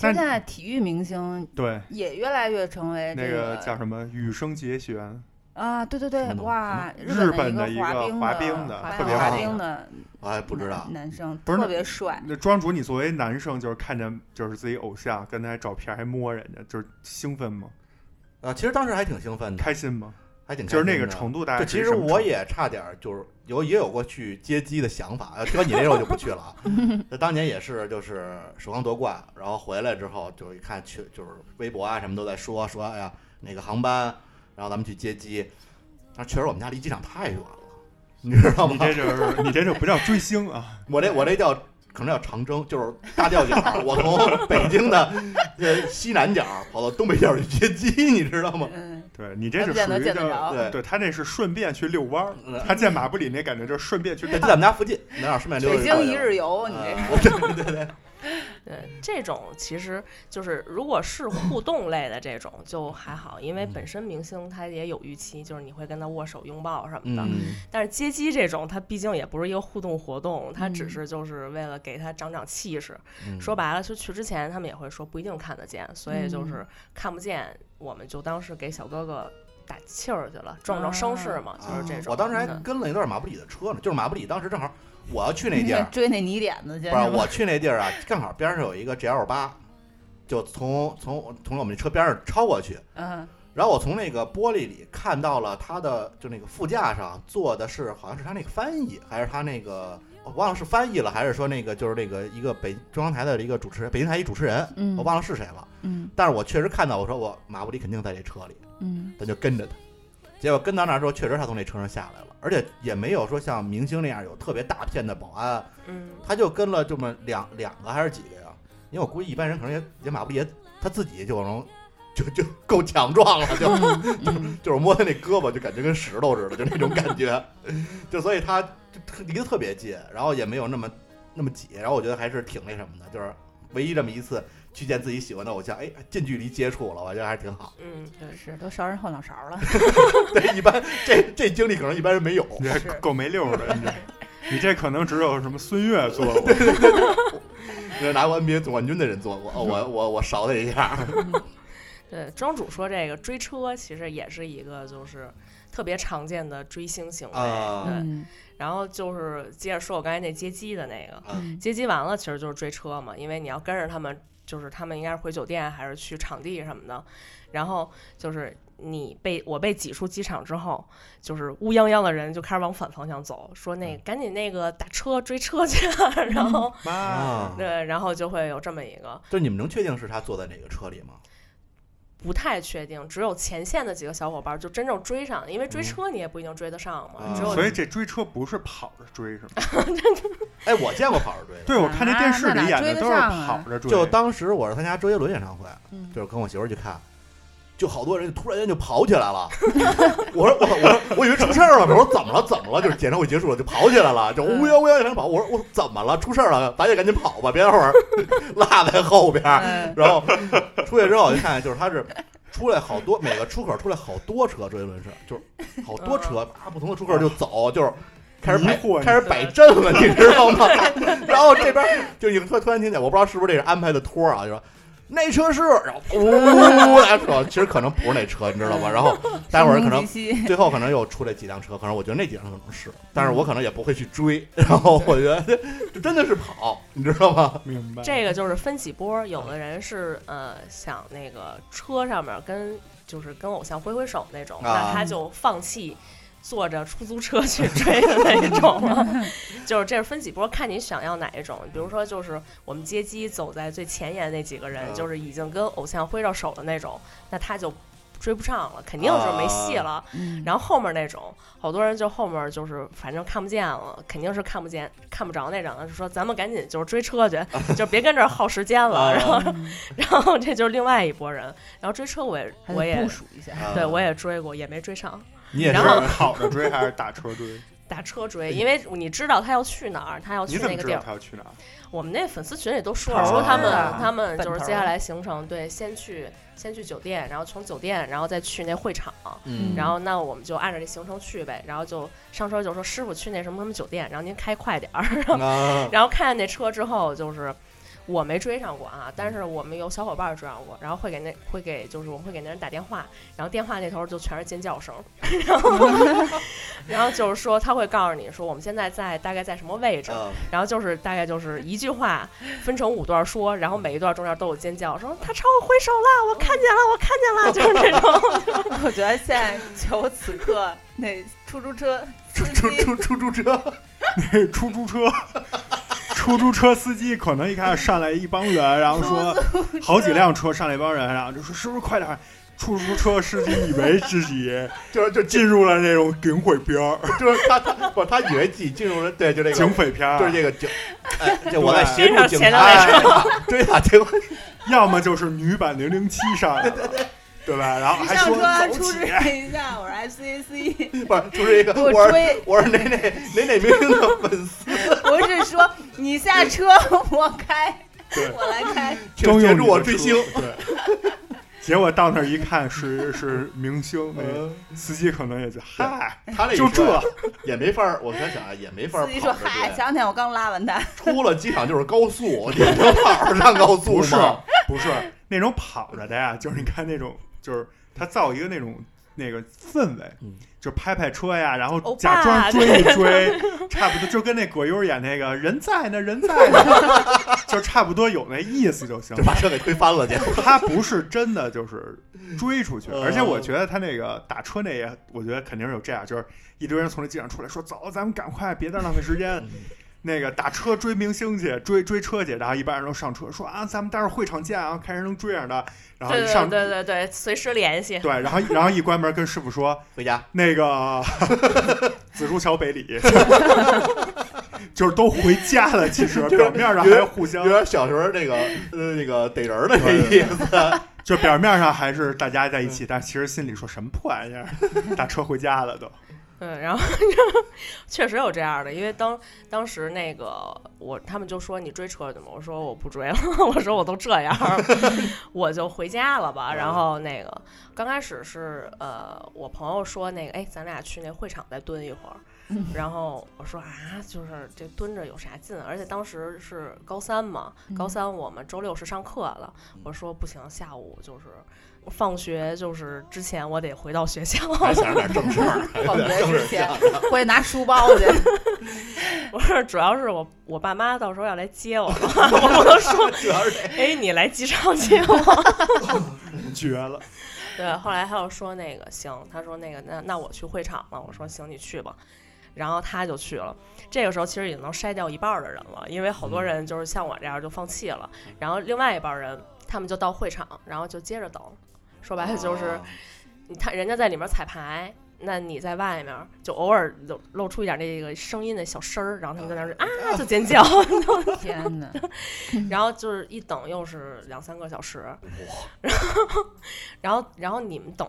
S3: 但
S4: 现在体育明星
S3: 对，
S4: 也越来越成为
S3: 那
S4: 这
S3: 个叫什么羽生结弦，
S4: 啊，对对对
S6: 什，么
S4: 哇，
S3: 日本的
S4: 的
S3: 一
S4: 滑
S3: 个
S4: 冰
S3: 滑
S4: 滑
S3: 冰的
S6: 特别
S4: 滑
S6: 好
S4: 冰的
S6: 我还哎不知道
S4: 男男生
S3: 不是
S4: 特
S3: 那
S4: 别帅，
S3: 那庄主，你作为男生，就是看见就是自己偶像跟他照片还摸人家，就是兴奋吗？
S6: 啊，其实当时还挺兴奋的，
S3: 开心吗？
S6: 还挺开
S3: 就是
S6: 心的
S3: 那个程度，大概
S6: 对，
S3: 是
S6: 其
S3: 什
S6: 实
S3: 么程
S6: 我
S3: 度
S6: 也差点儿就是有也有过去接机的想法，呃，听你那时候就不 去了啊。那当年也是，就是首钢夺冠，然后回来之后就一看去就是微博啊什么都在说说，哎呀哪个航班，然后咱们去接机。但确实我们家离机场太远了，你知道吗
S3: 你？这就是你这就不叫追星啊，
S6: 我这我这叫可能叫长征，就是大吊脚儿，我 从北京的呃西南角儿跑到东北角儿去接机，你知道吗？
S4: 嗯，
S3: 对你这
S4: 还
S3: 是
S4: 不见
S3: 属
S4: 得
S3: 于
S4: 见得
S3: 叫。
S4: 着。
S6: 对，
S3: 对他这是顺便去遛弯儿，
S6: 嗯
S3: 他见马布里那感觉就是顺便去
S6: 就
S3: 遛
S6: 在咱们家附近，哪哪顺便溜达
S4: 北
S6: 就可
S4: 京
S6: 以
S4: 一
S6: 了
S4: 日游，你这
S6: 啊对对对，
S1: 对，这种其实就是如果是互动类的这种就还好，因为
S6: 嗯
S1: 本身明星他也有预期，就是你会跟他握手、拥抱什么的。
S6: 嗯，
S1: 但是接机这种，它毕竟也不是一个互动活动，它只
S4: 嗯
S1: 是就是为了给他长长气势。
S6: 嗯
S1: 说白了，就去之前他们也会说不一定看得见，所以就是看不见，我们就当是给小哥哥打气儿去了，壮壮声势嘛，就是这种。
S6: 哦啊我当时还
S1: 嗯
S6: 跟了一段马布里的车呢，就是马布里当时正好我要 去那地
S4: 个，
S6: 儿
S4: 追那泥点子去，
S6: 不是
S4: 吧
S6: 我去那地儿啊，正好边上有一个 GL 八，就从从从我们这车边上超过去，
S4: 嗯
S6: 然后我从那个玻璃里看到了他的就那个副驾上坐的是好像是他那个翻译还是他那个。我忘了是翻译了，还是说那个就是那个一个北中央台的一个主持人，北京台一主持人，
S4: 嗯
S6: 我忘了是谁了。
S4: 嗯
S6: 但是我确实看到，我说我马布里肯定在这车里，
S4: 嗯
S6: 咱就跟着他。结果跟到那儿之后，确实他从那车上下来了，而且也没有说像明星那样有特别大片的保安，
S1: 嗯，
S6: 他就跟了这么两两个还是几个呀？因为我估计一般人可能也也马不也他自己就能就就够强壮了，就
S4: 嗯，
S6: 就是摸他那胳膊就感觉跟石头似的，就那种感觉， 就所以他就特离得特别近，然后也没有那么那么挤，然后我觉得还是挺那什么的，就是唯一这么一次去见自己喜欢的偶像，哎，近距离接触了，我觉得还是挺好。
S1: 嗯，对，
S4: 是都烧人后脑勺了，
S6: 对，一般这这经历可能一般人没有。
S3: 你这
S4: 是
S3: 够没溜儿的，你这你这可能只有什么孙悦做过。
S6: 那拿过 NBA 总冠军的人做过，哦我我我勺他一下。
S1: 对，庄主说这个追车其实也是一个就是特别常见的追星行为。
S6: 啊
S1: 对，
S4: 嗯
S1: 然后就是接着说我刚才那接机的那个，
S4: 嗯
S1: 接机完了其实就是追车嘛，因为你要跟着他们，就是他们应该是回酒店还是去场地什么的，然后就是你被我被挤出机场之后，就是乌泱泱的人就开始往反方向走，说那赶紧那个打车追车去 啊，然
S3: 嗯
S1: 后
S3: 妈，
S6: 啊，
S1: 对，然后就会有这么一个。
S6: 就你们能确定是他坐在哪个车里吗？
S1: 不太确定，只有前线的几个小伙伴就真正追上，因为追车你也不一定追得上嘛。
S6: 嗯
S1: 只
S6: 啊
S1: 有
S3: 所以这追车不是跑着追是吗？
S6: 哎，我见过跑着追的。
S3: 对，我看那电视里演
S4: 那哪追
S3: 的
S4: 得
S3: 都是
S4: 上啊
S3: 跑着追，
S6: 就当时我是参加周杰伦演唱会，
S4: 嗯
S6: 就是跟我媳妇儿去看，就好多人就突然间就跑起来了。 我说我我说我以为出事儿了，我说怎么了怎么了？就是演唱会结束了就跑起来了，就乌泱乌泱一直跑。我说我怎么了？出事儿了，咱也赶紧跑吧，别一会儿 落在后边儿。
S4: 嗯
S6: 然后出去之后，我就看就是他是出来好多每个出口出来好多车，周杰伦是就是好多车啊，不同的出口就走，就是开始摆
S3: 嗯迷惑你
S6: 开始摆阵了，你知道吗？ 然后这边就你突突然听见，我不知道是不是这是安排的托儿啊，就说。那车是，然后呜，来说，其实可能不是那车，你知道吧？然后待会儿可
S4: 声
S6: 能
S4: 东击西
S6: 最后可能又出来几辆车，可能我觉得那几辆车可能是，但是我可能也不会去追。然后我觉得就真的是跑，你知道 吗？
S3: 明白
S1: 这个就是分几波，有的人是呃想那个车上面跟就是跟偶像挥挥手那种，
S6: 啊
S1: 那他就放弃坐着出租车去追的那一种了。 就是这是分几波，看你想要哪一种。比如说就是我们接机走在最前沿那几个人，
S6: 嗯
S1: 就是已经跟偶像挥着手的那种，那他就。追不上了，肯定是没戏了。
S4: 嗯
S1: 然后后面那种，好多人就后面就是反正看不见了，肯定是看不见、看不着那种的，就说咱们赶紧就是追车 去，就别跟这儿耗时间
S3: 啊
S1: 了。然
S4: 嗯
S1: 后，然后这就是另外一拨人。然后追车我也
S4: 还
S1: 我
S4: 得
S1: 也
S4: 部署一下，
S6: 啊
S1: 对我也追过，也没追上。
S6: 你也
S1: 然
S6: 是
S1: 后
S3: 是 跑着追还是打车追？
S1: 打车追，因为你知道他要去哪儿，他要
S3: 哎你
S1: 去
S3: 怎
S1: 那
S3: 么
S1: 个
S3: 知
S1: 地
S3: 道
S1: 儿。
S3: 他要去哪儿？
S1: 我们那粉丝群里都说
S3: 头
S1: 了，
S3: 儿
S1: 说他们
S3: 啊
S1: 他们就
S4: 奔
S1: 是
S4: 头儿
S1: 接下来行程，对，先去先去酒店，然后从酒店，然后再去那会场，
S6: 嗯
S1: 然后那我们就按照这行程去呗，然后就上车就说师傅去那什么什么酒店，然后您开快点儿，
S6: 啊，
S1: 然后看见那车之后就是。我没追上过啊，但是我们有小伙伴追上过，然后会给那会给就是我们会给那人打电话，然后电话那头就全是尖叫声， 然后 然后就是说他会告诉你说我们现在在大概在什么位置，
S6: 嗯
S1: 然后就是大概就是一句话分成五段说，然后每一段中间都有尖叫，说他朝我挥手啦，我看见了，我看见了，就是这种。
S2: 我觉得现在就此刻那出租车
S6: 出
S2: 司
S6: 出
S2: 机
S6: 出出租车，
S3: 那 出租车，出租车司机可能一开始上来一帮人，然后说好几辆车上来一帮人，然后就说是不是快点儿？出租车司机以为自己
S6: 就是就
S3: 进入了那种警匪片儿，
S6: 就是他他不，他以为自己进入了对，就这个
S3: 警匪片儿，
S6: 就是这个警，哎，这我在协助警
S1: 对
S6: 察，哎对啊，结果
S3: 要么就是女版零零七上 来了，对吧？然后
S2: 一
S3: 还
S2: 上
S3: 说
S2: 车
S3: 走
S2: 出
S3: 起
S2: 示，一下， 我是 FCC，
S6: 不是就是一个
S2: 我
S6: 我是
S2: 追
S6: 我是哪哪哪哪明星的粉丝，
S2: 不是说你下车 我开，
S3: 对，
S2: 我来开，
S3: 征
S6: 请协
S3: 用
S6: 助我追星，
S3: 对。结果到那儿一看是是明星，那司机可能也就嗨，
S6: 他这一
S3: 就
S6: 说呀
S3: 这，
S6: 也没法儿，我想想啊，也没法儿
S2: 司
S6: 跑
S2: 机
S6: 着
S2: 说嗨，前
S6: 这。
S2: 两天我刚拉完他，
S6: 出了机场就是高速，你能跑着上高速
S3: 不是
S6: 吗？
S3: 不是那种跑着的呀，就是你看那种就是他造一个那种那个氛围
S6: 嗯，
S3: 就拍拍车呀，然后
S1: 欧巴
S3: 假 装追一追，差不多就跟那葛优演那个人在呢人在呢， 就差不多有那意思就行
S6: 就。把车给推翻了，结果
S3: 他不是真的就是追出去，
S6: 呃
S3: 而且我觉得他那个打车那也，我觉得肯定是有这样，就是一堆人从那机场出来说走，咱们赶快，别再浪费时间。那个打车追明星去，追追车去，然后一般人都上车说啊，咱们待会儿会场见啊，看谁能追上他。然后
S1: 对
S3: 一
S1: 对
S3: 上
S1: 对对对，随时联系。
S3: 对然后然后一 关门跟师傅说
S6: 回家。
S3: 那个紫竹桥北里， 就是都回家了。其实表面上还互相
S6: 有点小时候那个呃那个逮人儿的那意思，
S3: 就表面上还是大家在一起，但其实心里说什么破玩意儿，打车回家了都。
S1: 嗯，然后 确实有这样的，因为当当时那个我他们就说你追车去吗？我说我不追了， 我说我都这样儿， 我就回家了吧。然后那个刚开始是呃，我朋友说那个哎，咱俩去那会场再蹲一会儿。然后我说啊，就是这蹲着有啥劲？啊而且当时是高三嘛，高三我们周六是上课了。我说不行，下午就是放学就是之前我得回到学校。
S6: 还想着点正事儿，
S4: 放学
S6: 正
S4: 之
S6: 事
S4: 前
S6: 儿。
S4: 我得拿书包去。
S1: 不是，主要是我我爸妈到时候要来接我， 我都说，
S6: 主要是这
S1: 哎，你来机场接我。
S3: 绝了，
S1: 对，后来他又说那个行，他说那个那那我去会场了，我说行，你去吧。然后他就去了，这个时候其实已经能筛掉一半儿的人了，因为好多人就是像我这样就放弃了。然后另外一半儿人，他们就到会场，然后就接着等。说白了就是，
S3: 哦
S1: 你他人家在里面彩排，那你在外面就偶尔露露出一点那个声音的小声儿，然后他们在那儿啊就尖叫，
S4: 天哪！
S1: 然后就是一等又是两三个小时，然后然后然后你们等，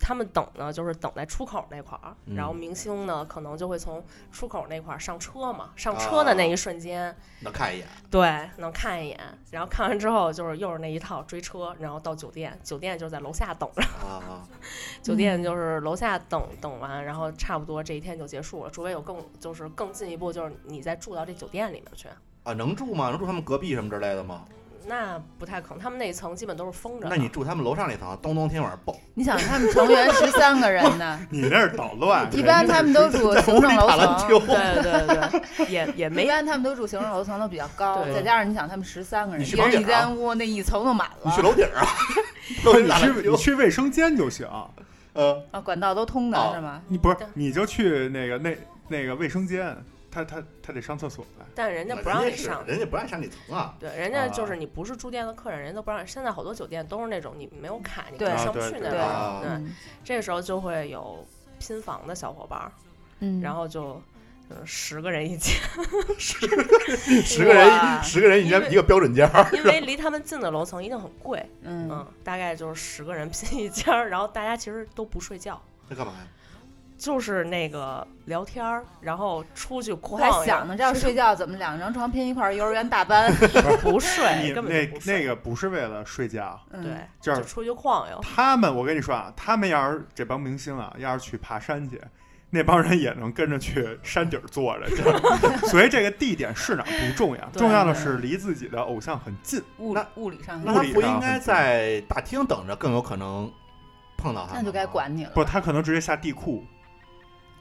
S1: 他们等呢就是等在出口那块儿，
S6: 嗯
S1: 然后明星呢可能就会从出口那块儿上车嘛，上
S6: 啊
S1: 车的那一瞬间，
S6: 能看一眼，
S1: 对，能看一眼，然后看完之后就是又是那一套追车，然后到酒店，酒店就是在楼下等着，
S6: 啊，
S1: 酒店就是楼下等等完，然后差不多这一天就结束了，除非有更就是更进一步，就是你再住到这酒店里面去。
S6: 啊，能住吗？能住他们隔壁什么之类的吗？
S1: 那不太可能，他们那一层基本都是封着的。
S6: 那你住他们楼上那层，咚咚天晚上蹦，
S4: 你想他们成员十三个人呢，
S3: 你那是捣乱。
S4: 一般他们都住行政楼
S6: 打篮球
S4: 层，，
S1: 对对对，也也
S4: 一
S1: 没
S4: 般他们都住行政楼层都比较高，
S1: 对
S4: 再加上你想他们十三个人，
S6: 你去
S4: 一
S6: 楼顶
S4: 人
S6: 啊
S4: 一间屋，那一层都满
S6: 你去
S4: 了，
S6: 楼顶儿啊， 楼
S3: 不是
S6: 顶
S3: 你
S6: 打篮
S3: 去你
S6: 球，
S3: 去卫生间就行，
S6: 嗯，
S4: 啊，管道都通
S6: 哦
S4: 的是吗？
S3: 你不是
S1: 对
S3: 你就去那个那那个卫生间，他他他得上厕所来。
S1: 但人家不让
S6: 人
S1: 你
S6: 家是
S1: 上。
S6: 人家不让你上那层啊，
S1: 对，人家就
S3: 啊
S1: 是你不是住店的客人，人家都不让。现在好多酒店都是那种你没有卡，你
S4: 对
S1: 根本上不
S3: 啊对
S1: 去
S3: 对
S1: 那
S4: 对
S1: 种。
S6: 啊
S1: 对，
S4: 嗯
S1: 这时候就会有拼房的小伙伴儿，
S4: 嗯，
S1: 然后 就呃十个人一间，
S6: 十个人
S4: 哇
S6: 十个人一
S1: 啊因为
S6: 间一个标准间儿，
S1: 因为离他们近的楼层一定很贵。
S4: 嗯
S1: 嗯，大概就是十个人拼一间儿，然后大家其实都不睡觉，
S6: 那干嘛呀？
S1: 就是那个聊天儿，然后出去
S4: 我
S1: 逛
S4: 还
S1: 呀。
S4: 想呢，这要睡觉怎么两张床拼一块儿幼儿园大 班？
S1: 不睡，
S3: 你
S1: 根
S3: 那
S1: 本就不
S3: 那
S1: 睡。
S3: 个不是为了睡觉，
S4: 嗯
S1: 对，，
S3: 就
S2: 哦
S1: 就是出去晃悠。
S3: 他们，我跟你说啊，他们要是这帮明星啊，要是去爬山去，那帮人也能跟着去山顶儿坐着，这所以这个地点是哪儿不重要，
S4: 对
S3: 重要的是离自己的偶像很近。
S4: 物
S6: 那
S4: 物理上
S6: 那
S3: 物
S6: 他
S3: 理
S6: 不
S3: 上
S6: 应该
S3: 很
S6: 在大厅等着，更有可能碰到他们
S4: 那就该管你了。
S3: 不，他可能直接下地库，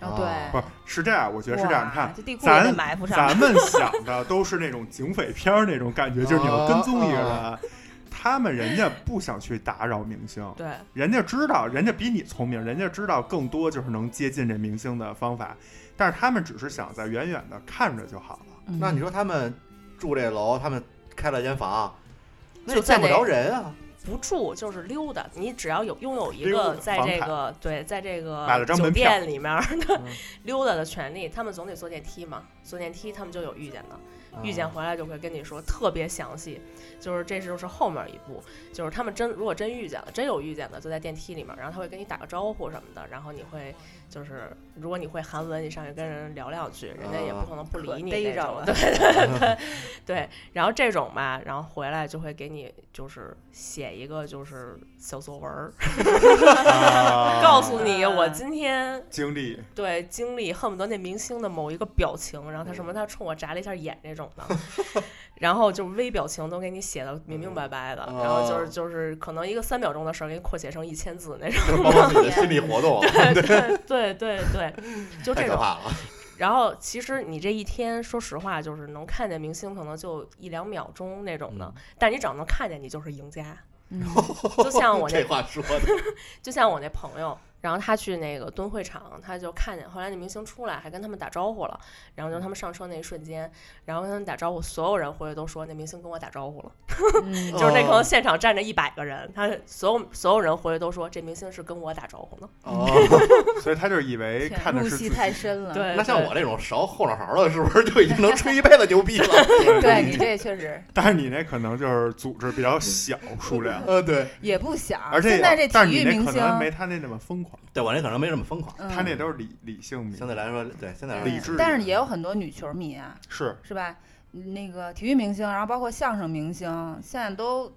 S4: 哦，
S6: 啊
S4: 对
S3: 不，是这样，我觉得是这样。你看
S2: 哇，这地库也
S3: 咱
S2: 得埋伏上，
S3: 咱们想的都是那种警匪片儿那种感觉，就是你要跟踪一个人。他们人家不想去打扰明星，
S1: 对，
S3: 人家知道，人家比你聪明，人家知道更多就是能接近这明星的方法，但是他们只是想在远远的看着就好了。
S4: 嗯
S6: 那你说他们住这楼，他们开了间房，那
S1: 就
S6: 也见
S1: 在
S6: 不
S1: 那
S6: 着 人啊。
S1: 不住就是溜达，你只要有拥有一
S3: 溜达
S1: 个在
S3: 房
S1: 这
S3: 卡
S1: 个对，在这
S3: 买了
S1: 个
S3: 张
S1: 酒
S3: 门票
S1: 店里面儿的
S3: 嗯
S1: 溜达的权利，他们总得坐电梯嘛，坐电梯他们就有遇见的，遇见回来就会跟你说特别详细，就是这就是后面一步，就是他们真如果真遇见了，真有遇见的，就在电梯里面，然后他会跟你打个招呼什么的，然后你会就是如果你会韩文，你上去跟人聊两句，人家也不可能不理你
S2: 哦逮
S1: 那
S2: 着
S1: 种
S2: 了，
S1: 对对，然后这种吧，然后回来就会给你就是写一个就是小作文儿，
S6: 啊
S1: 告诉你我今天
S3: 啊经历
S1: 对经历恨不得那明星的某一个表情，然后他什么
S6: 嗯
S1: 他冲我眨了一下眼这种的， 然后就是微表情都给你写的明明白白的，
S2: 哦
S1: 然后
S6: 哦
S1: 就是就是可能一个三秒钟的事儿给你扩写成一千字那种，
S6: 包括自己的心理 活动，啊
S1: 对对 对，就
S6: 太
S1: 这
S6: 可
S1: 种。
S6: 怕了。
S1: 然后其实你这一天，说实话就是能看见明星，可能就一两秒钟那种的，但你只要能看见，你就是赢家。
S4: 嗯
S1: 就像我那
S6: 这话说的，
S1: 就像我那朋友，然后他去那个蹲会场，他就看见后来那明星出来，还跟他们打招呼了。然后就他们上车那一瞬间，然后跟他们打招呼，所有人回来都说那明星跟我打招呼了。
S4: 嗯
S6: 哦
S1: 就是那可能现场站着一百个人，他
S6: 嗯
S1: 所有所有人回来都说这明星是跟我打招呼呢。
S6: 哦，
S3: 所以他就以为看的
S4: 入
S3: 是自己
S4: 戏太深了。
S1: 对，
S6: 那像
S1: 对
S6: 我这种勺后脑勺的，是不是就已经能吹一辈子牛逼了？
S4: 对你这确实
S3: 但是你那可能就是组织比较小数 量，
S6: 呃，对，
S4: 也不小，
S3: 而且
S4: 现在这
S3: 但是
S4: 体
S3: 你
S4: 育
S3: 那
S4: 明
S3: 可
S4: 星，
S3: 能没他那那么疯狂，
S6: 对我这可能没这么疯狂，
S4: 嗯
S3: 他那都是理理性迷，
S6: 相对来说，对，相对来说
S3: 理智
S4: 但是也有很多女球迷啊，
S3: 是
S4: 是吧？嗯那个体育明星，然后包括相声明星，现在都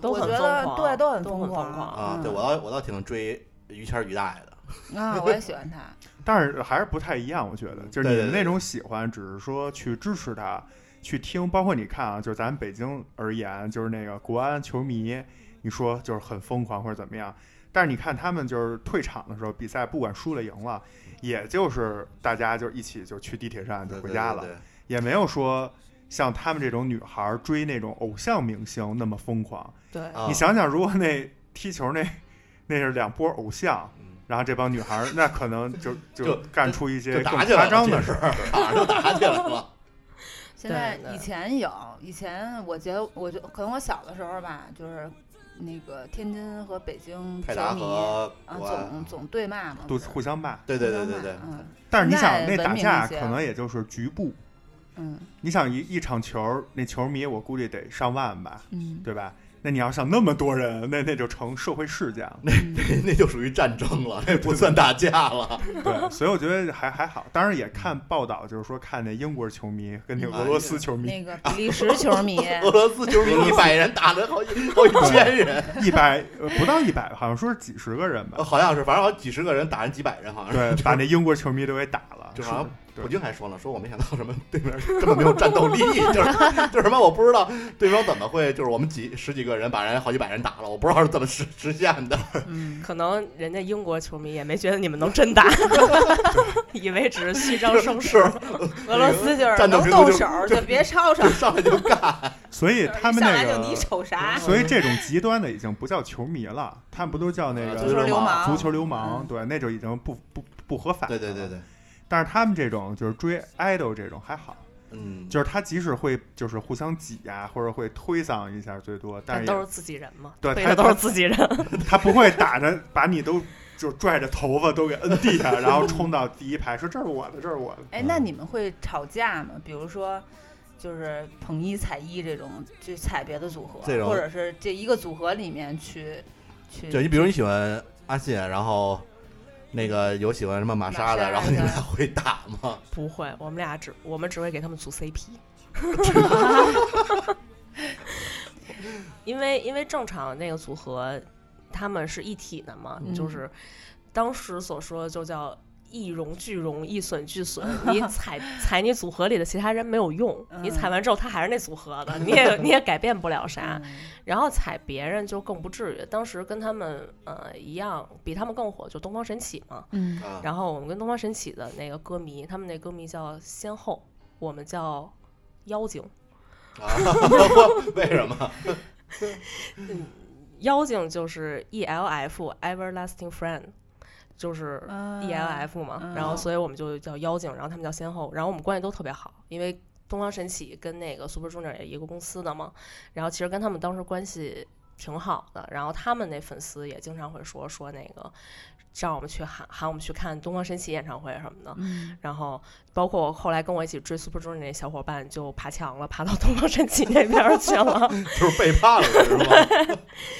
S1: 都
S4: 我
S1: 很
S4: 觉
S1: 疯
S4: 得
S1: 狂
S4: 对都很
S1: 都
S4: 疯
S1: 很
S4: 狂
S1: 疯狂
S6: 啊，对我倒我倒挺追于谦儿于大爷的，
S4: 嗯啊，我也喜 欢他。
S3: 但是还是不太一样，我觉得，就是你
S6: 对对
S3: 们
S6: 对
S3: 那种喜欢，只是说去支持他，去听，包括你看啊，就是咱北京而言，就是那个国安球迷，你说就是很疯狂或者怎么样，但是你看他们就是退场的时候，比赛不管输了赢了，也就是大家就一起就去地铁站就
S6: 对
S3: 回家了，
S6: 对对对
S3: 也没有说像他们这种女孩儿追那种偶像明星那么疯狂。
S1: 对
S6: 啊
S3: 你想想，如果那踢球那 那是两波偶像
S6: 嗯，
S3: 然后这帮女孩儿那可能 就就
S6: 就
S3: 干出一
S6: 就
S3: 些更
S6: 打起
S3: 夸
S6: 来了，
S3: 张
S6: 这
S3: 的
S6: 是
S3: 事儿。
S6: 场上就打起来 了，
S4: 现在
S1: 对对
S4: 以前有，以前我觉得，我觉得可能我小的时候吧，就是那个天津和北京
S6: 泰
S4: 球
S6: 达
S4: 迷
S6: 和
S4: 啊，
S6: 国安
S4: 总，总对骂嘛，
S3: 都
S4: 不是
S3: 互相骂，
S6: 对对对对对，
S4: 嗯
S3: 但是你想
S4: 现，
S3: 那
S4: 在
S3: 打
S4: 文明
S3: 架
S4: 一些
S3: 可能也就是局部。
S4: 嗯
S3: 你想一一场球，那球迷我估计得上万吧，
S4: 嗯，
S3: 对吧？那你要想那么多人，那那就成社会事 件了。
S6: 那就属于战争了，那不算打架了。
S3: 对，所以我觉得还还好。当然也看报道，就是说看那英国球迷跟
S6: 嗯
S3: 那个俄罗斯球迷，
S4: 那个比利时球迷
S6: 俄罗斯球迷一百人打了好 几好几千人，
S3: 一百呃不到一百吧，好像说是几十个人吧。
S6: 好像是，反正好像几十个人打人几百人，好像 是。
S3: 对，把那英国球迷都给打了，
S6: 就是好像
S3: 对
S6: 普京还说了，说我没想到什么对面这么没有战斗 力，就是就是什么我不知道对方怎么会就是我们几十几个人把人好几百人打了，我不知道是怎么实实现的。
S4: 嗯，
S1: 可能人家英国球迷也没觉得你们能真打， 以为只是虚张声势
S6: 是。
S2: 俄罗斯就是
S6: 战斗
S2: 能
S6: 民族
S2: 动
S6: 就
S2: 手就别吵吵
S6: 就，上来就干，
S3: 所以他们
S2: 上
S3: 那
S2: 来就你
S3: 个，
S2: 瞅啥，
S3: 所以这种极端的已经不叫球迷了，他们不都叫那
S6: 啊
S3: 个
S6: 足球流
S2: 氓
S3: 嗯足球流氓？对，那就已经不不不合法。
S6: 对对对对。，
S3: 但是他们这种就是追 idol 这种还好，
S6: 嗯，
S3: 就是他即使会就是互相挤呀、或者会推搡一下最多，
S1: 但
S3: 但是
S1: 都是
S3: 也
S1: 自己人嘛，
S3: 对
S1: 推
S3: 他
S1: 的都
S3: 他
S1: 是自己人，
S3: 他不会打着把你都就拽着头发都给摁地下，然后冲到第一排说这是我的，这是我的。
S4: 哎，那你们会吵架吗？比如说。就是捧一踩一这种，就踩别的组合，
S6: 这种
S4: 或者是这一个组合里面去去
S6: 就你比如你喜欢阿信，然后那个有喜欢什么玛莎的，
S4: 玛莎
S6: 然后你们
S4: 对
S6: 俩会打吗？
S1: 不会，我们俩只我们只会给他们组 CP。因为因为正常那个组合，他们是一体的嘛，
S4: 嗯
S1: 就是当时所说就叫一荣俱荣，一损俱损。你踩踩你组合里的其他人没有用，你踩完之后他还是那组合的，你也你也改变不了
S4: 嗯
S1: 啥。然后踩别人就更不至于。当时跟他们呃一样，比他们更火，就东方神起嘛。
S4: 嗯
S6: 啊，
S1: 然后我们跟东方神起的那个歌迷，他们那歌迷叫仙后，我们叫妖精。
S6: 啊为什么？
S1: 妖精就是 E L F Everlasting Friend，就是
S2: 嗯
S1: E L F 嘛，
S2: 嗯
S1: 然后所以我们就叫妖精，然后他们叫仙后，然后我们关系都特别好，因为东方神起跟那个 Super Junior 也一个公司的嘛，然后其实跟他们当时关系挺好的，然后他们那粉丝也经常会说说那个让我们去喊喊我们去看东方神起演唱会什么的，
S4: 嗯
S1: 然后包括后来跟我一起追 Super Junior 那小伙伴就爬墙了，爬到东方神起那边儿去了。
S6: 就是背叛了是吗？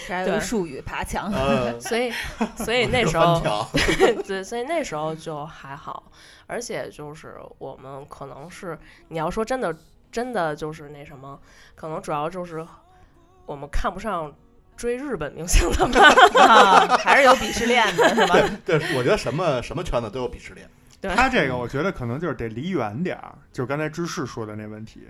S4: 这还有一术语爬墙，
S6: 嗯，
S1: 所以，所以那时
S6: 翻
S1: 候，
S6: 墙
S1: 对，所以那时候就还好，而且就是我们可能是你要说真的，真的就是那什么，可能主要就是我们看不上追日本明星的 吧，
S2: 啊，还是有鄙视链的是吧？
S6: 对，我觉得什么什么圈子都有鄙视链。
S3: 他这个我觉得可能就是得离远点儿，就是刚才芝士说的那问题，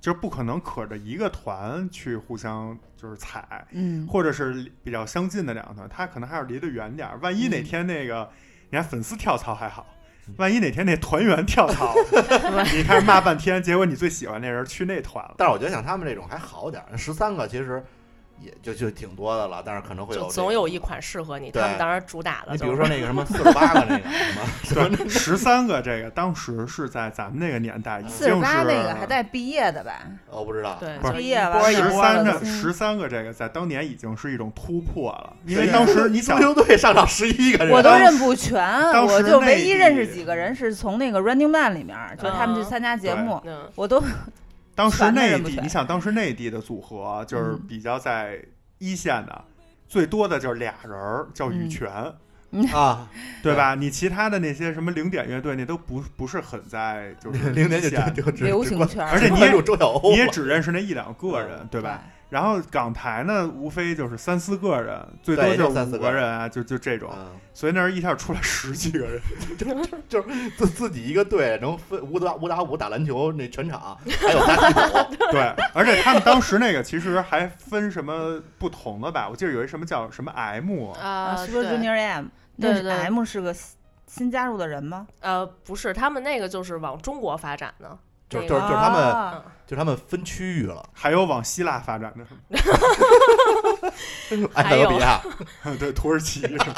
S3: 就是不可能可着一个团去互相就是踩，
S4: 嗯，
S3: 或者是比较相近的两个团，他可能还是离得远点儿。万一哪天那个人家粉丝跳槽还好，万一哪天那团员跳槽，你开始骂半天，结果你最喜欢那人去那团了。
S6: 但是我觉得像他们这种还好点儿，十三个其实也就就挺多的了，但是可能会有
S3: 哦
S1: 就
S6: 这
S1: 总
S6: 个
S1: 有一款适合你。他
S6: 对
S1: 们当然主打的
S6: 你比
S1: 就
S6: 如
S1: 是，
S6: 说那个什么四十八个那个什么，
S3: 对，十三个这个当时是在咱们那个年代已经
S4: 四
S3: 是
S4: 十八那个还带毕业的吧？
S6: 呃我不知道。
S1: 对，
S3: 不是
S1: 就
S2: 毕
S1: 一
S2: 业
S1: 波
S2: 了，
S1: 一
S3: 十
S2: 波
S3: 三
S2: 了
S3: 个十三个这个在当年已经是一种突破了，因
S6: 对
S3: 为
S6: 呀
S3: 当时你
S6: 足
S3: 想
S6: 球队上场十一个人，
S2: 我都
S3: 当
S2: 认不全，
S3: 当
S2: 我
S3: 时
S2: 就
S3: 内
S2: 唯一认识
S3: 地
S2: 几个人是从那个 Running Man 里面儿，就是他们去
S1: 嗯
S2: 参加节
S3: 对
S2: 目，
S1: 嗯，
S2: 我 都
S3: 当时
S2: 全的
S3: 内
S2: 人不嗯
S3: 地，
S2: 全
S3: 你想当时内地的组合就是比较在一线的，最多的就是俩人儿，叫
S2: 嗯
S3: 羽泉，
S6: 啊，
S3: 对吧？你其他的那些什么零点乐队，那都不不是很在就是
S6: 零点就
S3: 一线
S6: 就就只
S4: 流
S6: 只
S4: 行
S6: 关
S4: 圈儿，
S3: 而且
S6: 只
S3: 你
S6: 关
S3: 也
S6: 注周晓欧
S3: 你也
S6: 嘛
S3: 只认识那一两个人，对
S2: 嗯
S3: 吧？？然后港台呢，无非就是三四个人，最多
S6: 对
S3: 就
S6: 就三四
S3: 是五
S6: 个
S3: 个
S6: 人
S3: 人啊，就就这种。
S6: 嗯，
S3: 所以那儿一下出来十几 个人，
S6: 自自己一个队能分五打五打五打篮球，那全场还有打替补，
S3: 对，而且他们当时那个其实还分什么不同的吧？我记得有一什么叫什么 M，
S2: 啊
S1: 啊，
S2: ，Super
S1: 对
S2: Junior M，那
S1: 对
S2: 是
S1: 对
S2: M 是个新新加入的人吗？
S1: 呃，不是，他们那个就是往中国发展的，
S6: 就是
S1: 那
S6: 就是
S1: 个
S6: 就是他们
S2: 啊
S6: 就是他们分区域了，
S3: 还有往希腊发展的什
S6: 埃塞俄比亚
S3: 么， 对，土耳其什么。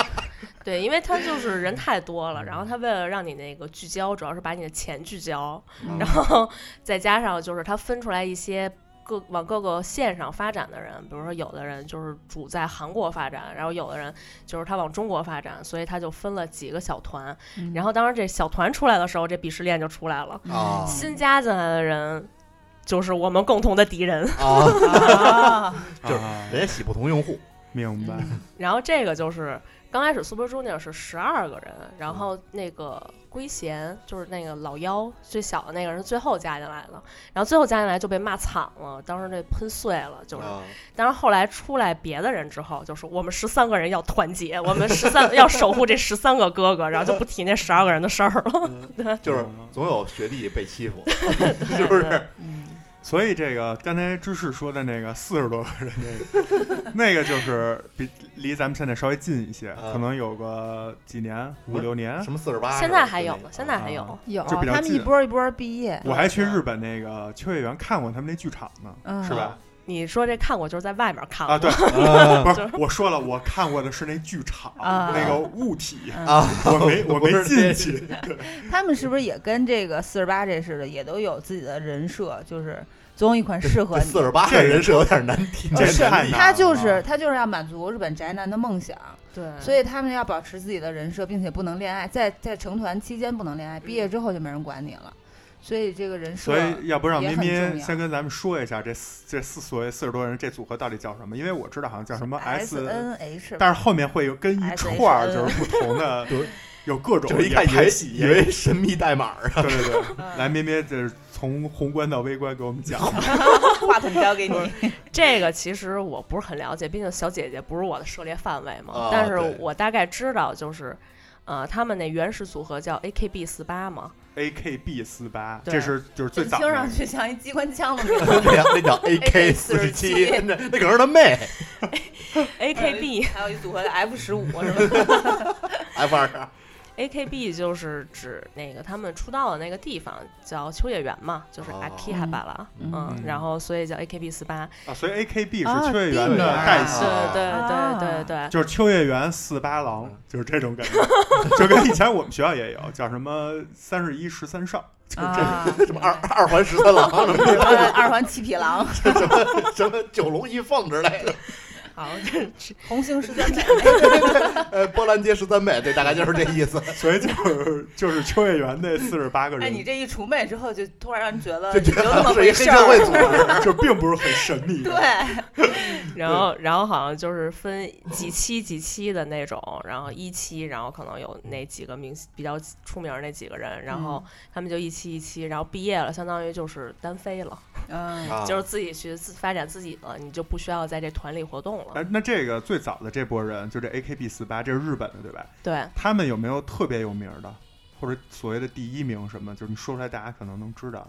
S1: 对，因为他就是人太多
S6: 嗯
S1: 了，然后他为了让你那个聚焦，主要是把你的钱聚焦，
S6: 嗯
S1: 然后再加上就是他分出来一些各往各个线上发展的人，比如说有的人就是主在韩国发展，然后有的人就是他往中国发展，所以他就分了几个小团。嗯然后当时这小团出来的时候，这鄙视链就出来了，
S3: 哦
S6: 啊
S1: 嗯新加进来的人就是我们共同的敌人。
S6: 啊，
S2: 啊，
S6: 就是
S3: 啊
S6: 人家喜不同用户，
S3: 明白，
S1: 然后这个就是刚开始 Super Junior 是十二个人，然后那个圭贤就是那个老幺最小的那个人是最后加进来的，然后最后加进来就被骂惨了，当时这喷碎了，就是。
S6: 啊
S1: 但是后来出来别的人之后，就是我们十三个人要团结，我们十三要守护这十三个哥哥，然后就不提那十二个人的事儿 了。
S6: 就是总有学弟被欺负，是不是？
S3: 所以这个刚才芝士说的那个四十多个人那个，那个就是比离咱们现在稍微近一些，
S6: 嗯
S3: 可能有个几年五六年。
S6: 什么四十八？
S1: 现在还有呢，现在
S3: 啊
S1: 还有。
S4: 有
S3: 就比较
S4: 他们一
S3: 近
S4: 波一波毕业，
S3: 我还去日本那个秋叶原看过他们那剧场呢，
S4: 嗯
S3: 是吧？
S1: 你说这看我就是在外面看
S3: 啊，
S1: 的
S3: 对，
S6: 啊
S3: 不是我说了，我看过的是那剧场
S4: 啊
S3: 那个物体，
S6: 啊，
S3: 我没我
S6: 不
S3: 没
S6: 是
S3: 进
S6: 那
S3: 去。
S2: 嗯他们是不是也跟这个四十八这似的，也都有自己的人设，就是总有一款适合你。
S6: 四十八个人是有点难听，
S3: 这
S6: 是
S3: 太难了啊
S4: 他就是他就是要满足日本宅男的梦想，
S1: 对，
S4: 所以他们要保持自己的人设，并且不能恋爱，在在成团期间不能恋爱，毕业之后就没人管你了。所以这个人设
S3: 所，以，要不让
S4: 也
S3: 民
S4: 很重
S3: 民
S4: 要
S3: 先跟咱们说一下这四这四所谓四十多人这组合到底叫什么？因为我知道好像叫什么
S2: S
S3: S，
S2: N H
S3: 但是后面会有跟一
S2: SHN
S3: 串儿就是不同的
S6: 对，
S3: 有各种
S6: 就是一看以
S3: 也
S6: 为
S3: 排挤
S6: 以 为神秘代码啊，
S3: 对对对，来咩咩就是从宏观到微观给我们讲，
S6: 嗯
S2: 话筒交给你，
S1: 这个其实我不是很了解，毕竟小姐姐不是我的涉猎范围嘛。
S6: 啊
S1: 但是
S6: 对
S1: 我大概知道，就是，呃，他们那原始组合叫 AKB 四八嘛，
S3: A K B 四八，
S1: 对
S3: 这是就是最
S4: 听
S3: 早的
S4: 上。 去像一机关枪的名 字。
S6: 那叫那叫 AK 四十七，那那可是他妹
S1: AKB
S4: 还有一组合的 F 十五是吧？
S6: F 二十，
S1: AKB 就是指那个他们出道的那个地方叫秋叶原嘛，就是
S6: 哦
S1: Akihabara，
S4: 嗯
S1: 嗯，然后所以叫 AKB 四八，
S3: 啊，所以 A K B 是
S4: 啊
S3: 秋叶原
S4: 地名
S3: 的
S4: 啊
S3: 代
S1: 对
S3: 写，
S6: 啊
S1: 对对对对
S3: 就是秋叶原四八郎，
S6: 嗯
S3: 就是这种感觉，就跟以前我们学校也有，叫什么三十一十三少，就是这
S4: 啊，
S6: 什么二二环十三郎，什么
S4: 呃二环七匹 狼，
S6: 什么什么九龙一凤之类的，
S1: 对， 好，这
S4: 红星十三妹，
S6: 呃，波兰街十三妹，对，大概就是这意思。
S3: 所以就是 就是秋叶原那四十八个
S4: 哎，你
S3: 人，
S4: 这一除魅之后，就突然让你觉得
S6: 就
S4: 也就
S6: 觉
S4: 那
S6: 得
S4: 么
S6: 是
S4: 回
S6: 一黑
S4: 事
S6: 社
S4: 儿。
S6: 会组织，
S3: 就并不是很神秘。
S4: 对，，
S1: 然后，然后好像就是分几期几期的那种，然后一期，然后可能有那几个明星比较出名儿那几个人，然
S4: 嗯
S1: 后他们就一期一期，然后毕业了，相当于就是单飞了，
S4: 嗯，
S6: 啊
S1: 就是自己去自发展自己了，你就不需要在这团里活动了。
S3: 哎，那这个最早的这波人，就这 A K B 四八，这是日本的对吧？
S1: 对，
S3: 他们有没有特别有名儿的，或者所谓的第一名什么？就是你说出来，大家可能能知道，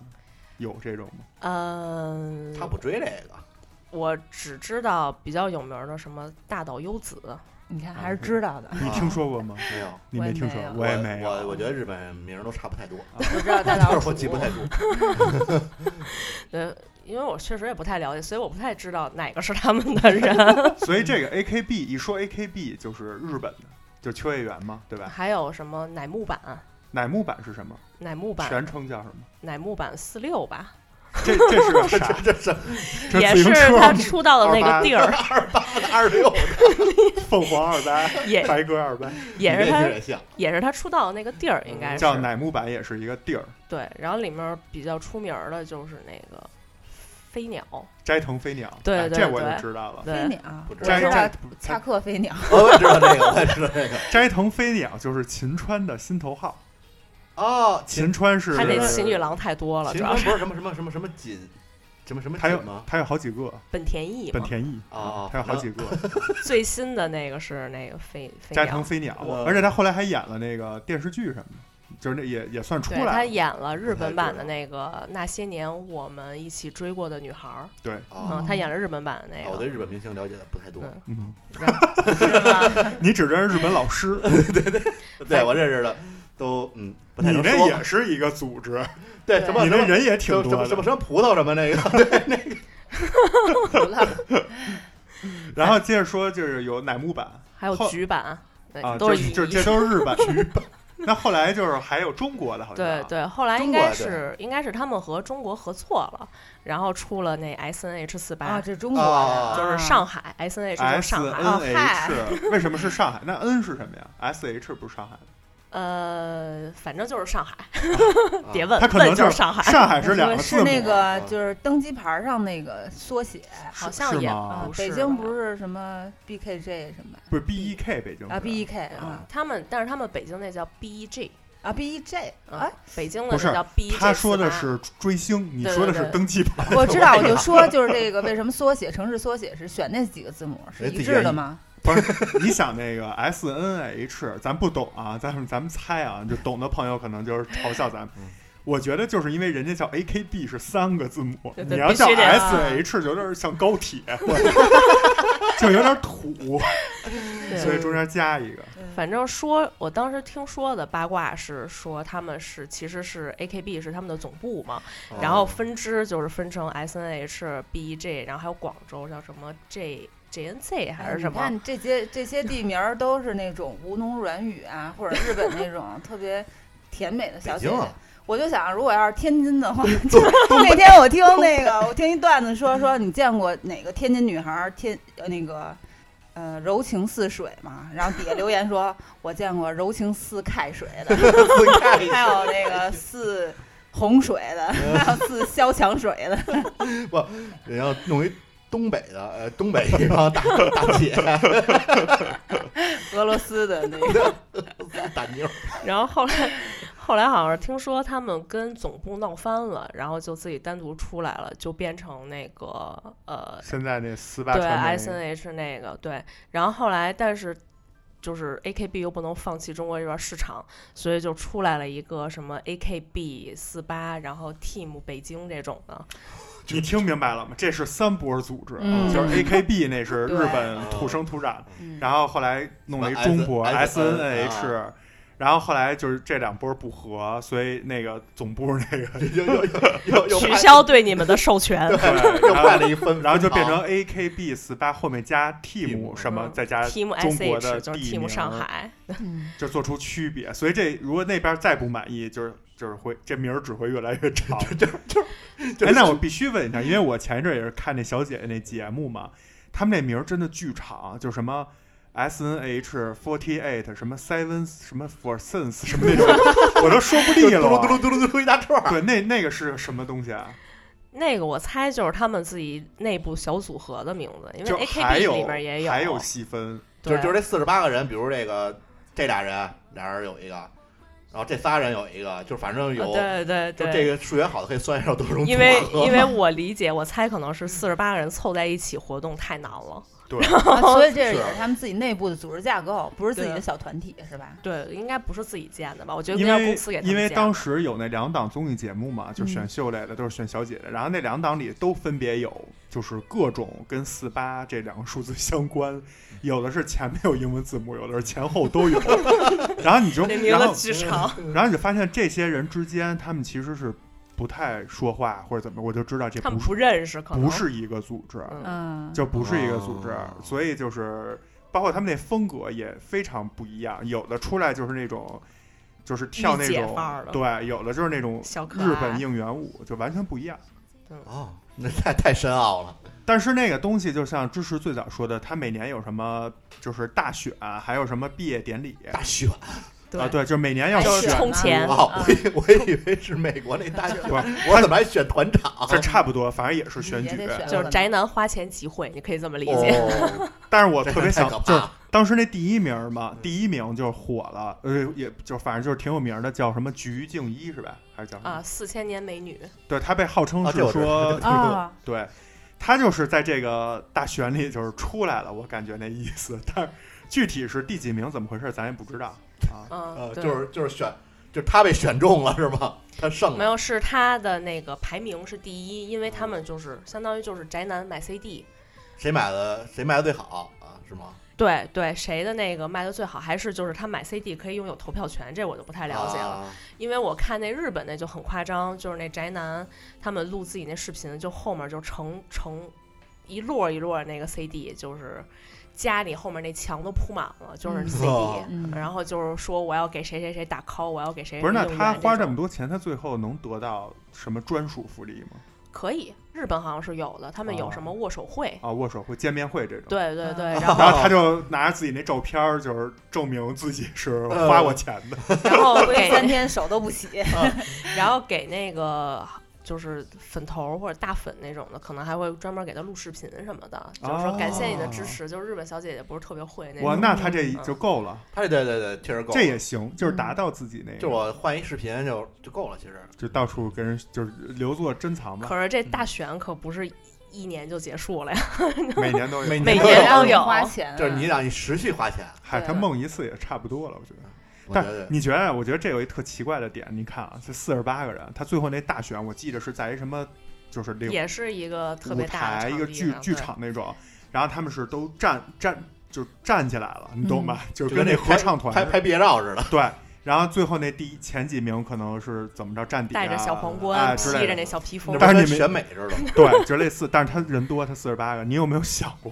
S3: 有这 种吗？
S1: 嗯，
S6: 他不追这个，
S1: 我只知道比较有名儿的什么大岛优子，
S4: 你看还是知道的。
S3: 你听说过吗？
S6: 没有。
S3: 你
S4: 我也
S3: 听
S4: 没
S3: 说
S4: 有，
S3: 也没有。
S6: 呃我我觉得日本名儿都差不太多，
S4: 我知道大
S6: 就
S4: 老
S6: 是
S4: 鼠
S6: 我，记不太住。
S1: 对，因为我确实也不太了解，所以我不太知道哪个是他们的 人。
S3: 所以这个 A K B 一说 A K B 就是日本的，就秋叶原嘛，
S6: 哎
S3: 对吧？
S1: 还有什么乃木坂，
S3: 乃木坂是什么？
S1: 乃木坂，
S3: 全称叫什么？
S1: 乃木坂四六吧。
S3: 这这是个啥？
S6: 这是
S3: 这
S1: 也
S3: 自
S1: 是
S3: 行车
S1: 他出道的那个地儿，
S6: 二十六，
S3: 凤凰二班、
S1: 也
S3: 白鸽二班，
S1: 也是他
S6: 也像
S1: 也是他出道的那个地儿，应该
S3: 叫
S1: 是
S3: 乃木坂也是一个地儿，
S1: 对。然后里面比较出名儿的就是那个飞鸟，
S3: 斋藤飞鸟。
S1: 对
S3: 哎
S1: 对
S3: 这我
S1: 对
S3: 就知道了。
S4: 哦飞
S1: 对
S4: 鸟，啊我
S6: 不
S4: 知
S6: 知
S3: 斋
S4: 道
S3: 斋
S4: 恰克飞鸟，
S6: 我哦也知道这个，我也知道这个。
S3: 斋藤飞鸟就是秦川的心头好，
S6: 哦，秦
S3: 秦川是
S1: 他那
S6: 是
S1: 新女郎太多了，
S6: 秦
S1: 主要
S6: 川
S1: 是
S6: 不是什么什么什么什么锦，什么什么
S3: 他
S6: 锦
S3: 有
S6: 吗？
S3: 他有好几个，
S1: 本田翼
S3: 本
S1: 嘛，
S3: 田翼
S6: 哦
S3: 他有好几 个
S1: 最新的那个是那个飞飞
S3: 斋藤
S1: 鸟，
S3: 飞鸟
S6: 呃，
S3: 而且他后来还演了那个电视剧什么的，就是那也也算出
S1: 对他
S3: 来了。
S1: 演了日本版的
S6: 不太知道
S1: 那个那些年我们一起追过的女孩儿，
S3: 对，
S6: 哦，
S1: 嗯，
S4: 啊
S1: 他演了日本版的那个，
S6: 我哦对日本明星了解的不太多。
S1: 嗯
S3: 嗯，
S4: 是吧？
S3: 你指的是日本老师，
S6: 对我认识的都嗯不太
S3: 你
S6: 能
S3: 那
S6: 说。
S3: 也是一个组织，
S6: 对
S4: 对
S6: 什么
S3: 你
S6: 什
S3: 那
S6: 么
S3: 人也挺
S6: 什么什
S3: 多
S6: 么什
S3: 的。
S6: 么什么葡萄什么那个，
S4: 不浪
S3: 然后接着说，就是有乃木坂
S1: 还有
S3: 后
S1: 菊版，对
S3: 啊，，
S1: 呃都
S3: 就是是
S1: 以
S3: 就是这都是日本。 那后来就是还有中国的，好像
S1: 对
S3: 啊
S1: 对，后来应
S6: 中国
S1: 该
S6: 对
S1: 是应该是他们和中国合作了，然后出了那 S N H 四
S4: 啊，
S1: 八，
S4: 这是中国的，
S1: 哦
S6: 啊
S1: 就是
S4: 嗯
S1: 上海 S N H 就是
S3: ，S
S1: 上海，啊
S3: N H 为什么是上海？那 N 是什么呀？S H 不是上海，
S1: 呃，反正就是上海，别问，
S3: 他可
S1: 问
S3: 能
S1: 就是上海，
S3: 上海是两个字
S4: 是
S3: 母，
S4: 那个
S6: 啊
S4: 就是登机牌上那个缩写
S1: 好
S3: 是
S1: 像
S3: 哦是
S1: 也
S3: 吗
S4: 啊
S1: 不，
S4: 北
S1: 是
S4: 京
S1: 吧
S4: 不是什么 BKJ 什么
S3: 不是 B E K 北京
S4: 啊
S3: 是
S4: B E K
S1: 嗯
S4: 啊
S1: 他们，但是他们北京那叫 B E G，
S4: 啊 B E J
S1: 啊
S4: 啊，，
S1: 北京的
S3: 哎不是
S1: 那叫 B E G，
S3: 他说的是追星，你说的
S1: 对
S3: 是
S1: 对
S3: 登记牌。
S4: 啊 我知道，我就说就是这个为什么缩写城市缩写是选那几个字母是
S6: 哎
S4: 一
S6: 底
S4: 致
S6: 下
S4: 的
S6: 一
S4: 吗？
S3: 不是，你想那个 S N H，咱不懂啊，咱们咱们猜啊，就懂的朋友可能就是嘲笑咱们。我觉得就是因为人家叫 A K B 是三个字母，
S1: 对对
S3: 你要叫
S1: 必须得
S3: S H 有点像高铁， 就有点土，
S1: 对
S3: 所以中间加一个。
S1: 反正说，我当时听说的八卦是说他们是其实是 AKB 是他们的总部嘛，然后分支就是分成 SNH、BEG，然后还有 E 广州叫什么 J JNC 还是什么？
S4: 哎你看这些这些地名儿都是那种吴侬软语啊，或者日本那种特别甜美的小
S6: 北
S4: 姐
S6: 京
S4: 姐
S6: 啊。
S4: 我就想，如果要是天津的话，就那天我听那个，我听一段子说说你见过哪个天津女孩儿天呃那个呃柔情似水嘛？然后底下留言说，我见过柔情似开水 的，还有那个似洪水的，还
S6: 嗯
S4: 有 似萧墙水的。
S6: 人要弄一东北的，呃，东北一帮大大姐
S4: 俄罗斯的那个，
S6: 大妞儿，
S1: 然后后来后来好像是听说他们跟总部闹翻了，然后就自己单独出来了，就变成那个呃
S3: 现在那四八
S1: 对
S3: 传媒
S1: S N H 那个对，然后后来但是。就是 AKB 又不能放弃中国这边市场，所以就出来了一个什么 AKB 四八，然后 Team 北京这种 的。
S3: 你听明白了吗？这是三波组织，啊
S2: 嗯
S3: 就是 AKB 那是
S2: 对
S3: 日本土生土长的，
S2: 嗯
S3: 然后后来弄了一中国
S6: S-
S3: SNH，、然后后来就是这两波不和，所以那个总部那 个
S6: 又又又 又
S1: 取消对你们的授权。
S3: 对，
S6: 又
S3: 然后
S6: 坏了一 分，
S3: 然后就变成 AKB 四八后面加 team 什么，
S1: 嗯
S3: 再加
S1: Team
S3: 中国的
S1: SH 就是
S3: 地
S1: Team
S3: 名
S1: 上海，嗯
S3: 就做出区别。所以这如果那边再不满意，就是就是会这名儿只会越来越长。
S6: 就
S3: 哎，那我必须问一下，因为我前一阵儿也是看那小姐姐那节目嘛，他们那名儿真的巨长，就什么 S N H forty eight 什么 seven 什么 four sense 什么那种，我都 说不
S6: 就
S3: 利
S6: 嘟噜
S3: 了。
S6: 嘟
S3: 啊
S6: 噜嘟噜嘟噜一大串儿。
S3: 对，那那个是什么东西啊？
S1: 那个我猜就是他们自己内部小组合的名字，因
S3: 就
S1: 为
S3: 还
S1: AKB 里
S3: 有
S1: 面也
S3: 还有
S1: 有
S3: 细分，
S6: 就是就是
S1: 对
S6: 这四十八个人，比如这个这俩人，俩人有一个，然后这仨人有一个，就是反正
S1: 啊
S6: 有，
S1: 对对
S6: 哦就
S1: 对，
S6: 这个数学好的可以算一下有多少种
S1: 因为
S6: 组合
S1: 因为我理解，我猜可能是四十八个人凑在一起活动太难了。
S2: 啊所以这是也
S6: 是
S2: 是他们自己内部的组织架构，不是自己的
S1: 对
S2: 小团体，是吧？
S1: 对，应该不是自己建的吧？我觉得
S3: 因
S1: 要
S3: 为
S1: 公司给他
S3: 因
S1: 们嗯
S3: 为
S1: 建
S3: 当
S1: 的
S3: 时有那两档综艺节目嘛，就选秀类的，都是选小姐姐，然后那两档里都分别有，就是各种跟四八这两个数字相关，有的是前面有英文字母，有的是前后 都有，然后你就
S1: 那
S3: 然
S1: 名
S3: 后嗯
S1: 字巨长，
S3: 然后你就发现这些人之间，他们其实是不太说话或者怎么，我就知道这
S1: 他们
S3: 不是
S1: 不认识，可能
S3: 不是一个组织，
S1: 嗯
S2: 嗯，
S3: 就不是一个组织，
S6: 哦
S3: 所以就是包括他们那风格也非常不一样，有的出来就是那种就是跳那
S1: 御姐范儿
S3: 种
S1: 的
S3: 对，有的就是那种
S1: 小可爱。
S3: 日本应援舞，就完全不一样。
S6: 哦，那太太深奥了。
S3: 但是那个东西，就像支持最早说的，他每年有什么就是大选，还有什么毕业典礼
S6: 大选
S1: 对
S3: 啊，对，就是每年要
S1: 就
S3: 选
S1: 是，充钱，
S6: 啊，我
S1: 嗯
S6: 以 我以为是美国那大选，
S3: 不是
S6: 我怎么还选团长？啊
S3: 这差不多，反正也是选举
S2: 也。得选
S1: 就是宅男花钱集会，你可以这么理解。
S6: 哦，
S3: 但是我
S6: 这
S3: 特别
S6: 太
S3: 想
S6: 可，怕
S3: 就是
S6: 了嗯
S3: 当时那第一名嘛，第一名就火了，呃，也就反正就是挺有名的，叫什么鞠婧祎是吧？还是叫什么？
S1: 啊，四千年美女，
S3: 对他被号称
S6: 啊
S3: 是
S6: 这我知道
S3: 说，
S1: 哦
S2: 啊，
S3: 对他就是在这个大选里就是出来了，我感觉那意思， 但是具体是第几名怎么回事咱也不知道啊。
S1: 嗯，
S6: 呃，
S1: 对
S6: 就是就是选，就是他被选中了是吗？他胜
S1: 没
S6: 了，
S1: 有是他的那个排名是第一，因为他们就是相当于就是宅男买 CD，
S6: 谁买的谁卖的最好啊？是吗？
S1: 对对，谁的那个卖的最好，还是就是他买 CD 可以拥有投票权，这我就不太了解了。
S6: 啊
S1: 因为我看那日本那就很夸张，就是那宅男他们录自己那视频，就后面就成成一摞一摞那个 CD，就是家里后面那墙都铺满了，就是
S2: 嗯
S1: CD，、
S6: 哦
S2: 嗯
S1: 然后就是说我要给谁谁谁打 call，我要给谁
S3: 不是，那
S1: 应援
S3: 他花
S1: 这
S3: 这
S1: 种
S3: 么多钱，他最后能得到什么专属福利吗？
S1: 可以，日本好像是有的，他们有什么握手会，
S3: 啊，握手会、见面会这种。。
S1: 对对对，
S2: 啊
S1: 然
S3: 然
S1: 后
S3: 后他就拿着自己那照片儿，就是证明自己是花过钱的。
S1: 然后
S2: 这三
S1: 给
S2: 天手都不洗，
S1: 然后给那个。就是粉头或者大粉那种的，可能还会专门给他录视频什么的，哦就是说感谢你的支
S3: 哦
S1: 持。就是日本小姐姐不是特别会那
S3: 哇，
S1: 种
S3: 那他这就够了，
S6: 他这对对对，确实够了。
S3: 这也行，
S1: 嗯
S3: 就是达到自己那个，
S6: 就我换一视频就就够了，其实。
S3: 就到处跟人就是留作珍藏吧，
S1: 可是这大选可不是一年就结束了呀，
S3: 每年都有。
S6: 每
S1: 每
S6: 都
S1: 年
S6: 有
S1: 都有
S2: 花钱
S4: 嗯
S2: 啊，
S6: 就是你让你持续花钱，
S3: 嗨，
S1: 对
S3: 他梦一次也差不多了，我觉得。
S6: 我觉
S3: 但
S6: 得
S3: 你觉得？我觉得这有一特奇怪的点，你看啊，这四十八个人，他最后那大选，我记得是在一什么，就是领
S1: 也是一个特
S3: 舞
S1: 别大
S3: 台
S1: 的
S3: 一个
S1: 场地
S3: 剧
S1: 呢
S3: 剧
S1: 对
S3: 场那种，然后他们是都站站就站起来了，你懂吧？
S1: 嗯
S3: 就是
S6: 就
S3: 跟
S6: 跟
S3: 那
S6: 那
S3: 合唱团
S6: 拍拍毕业照似的，
S3: 对。然后最后那第一前几名可能是怎么着站底、啊，
S1: 戴着小皇
S3: 哎
S1: 冠，
S3: 之
S1: 披
S3: 类的
S1: 着那小披
S6: 那
S1: 风
S6: 不，
S3: 但是
S6: 跟
S3: 你们
S6: 选美似 的吗？
S3: 对，就类似，但是他人多，他四十八个。你有没有想过，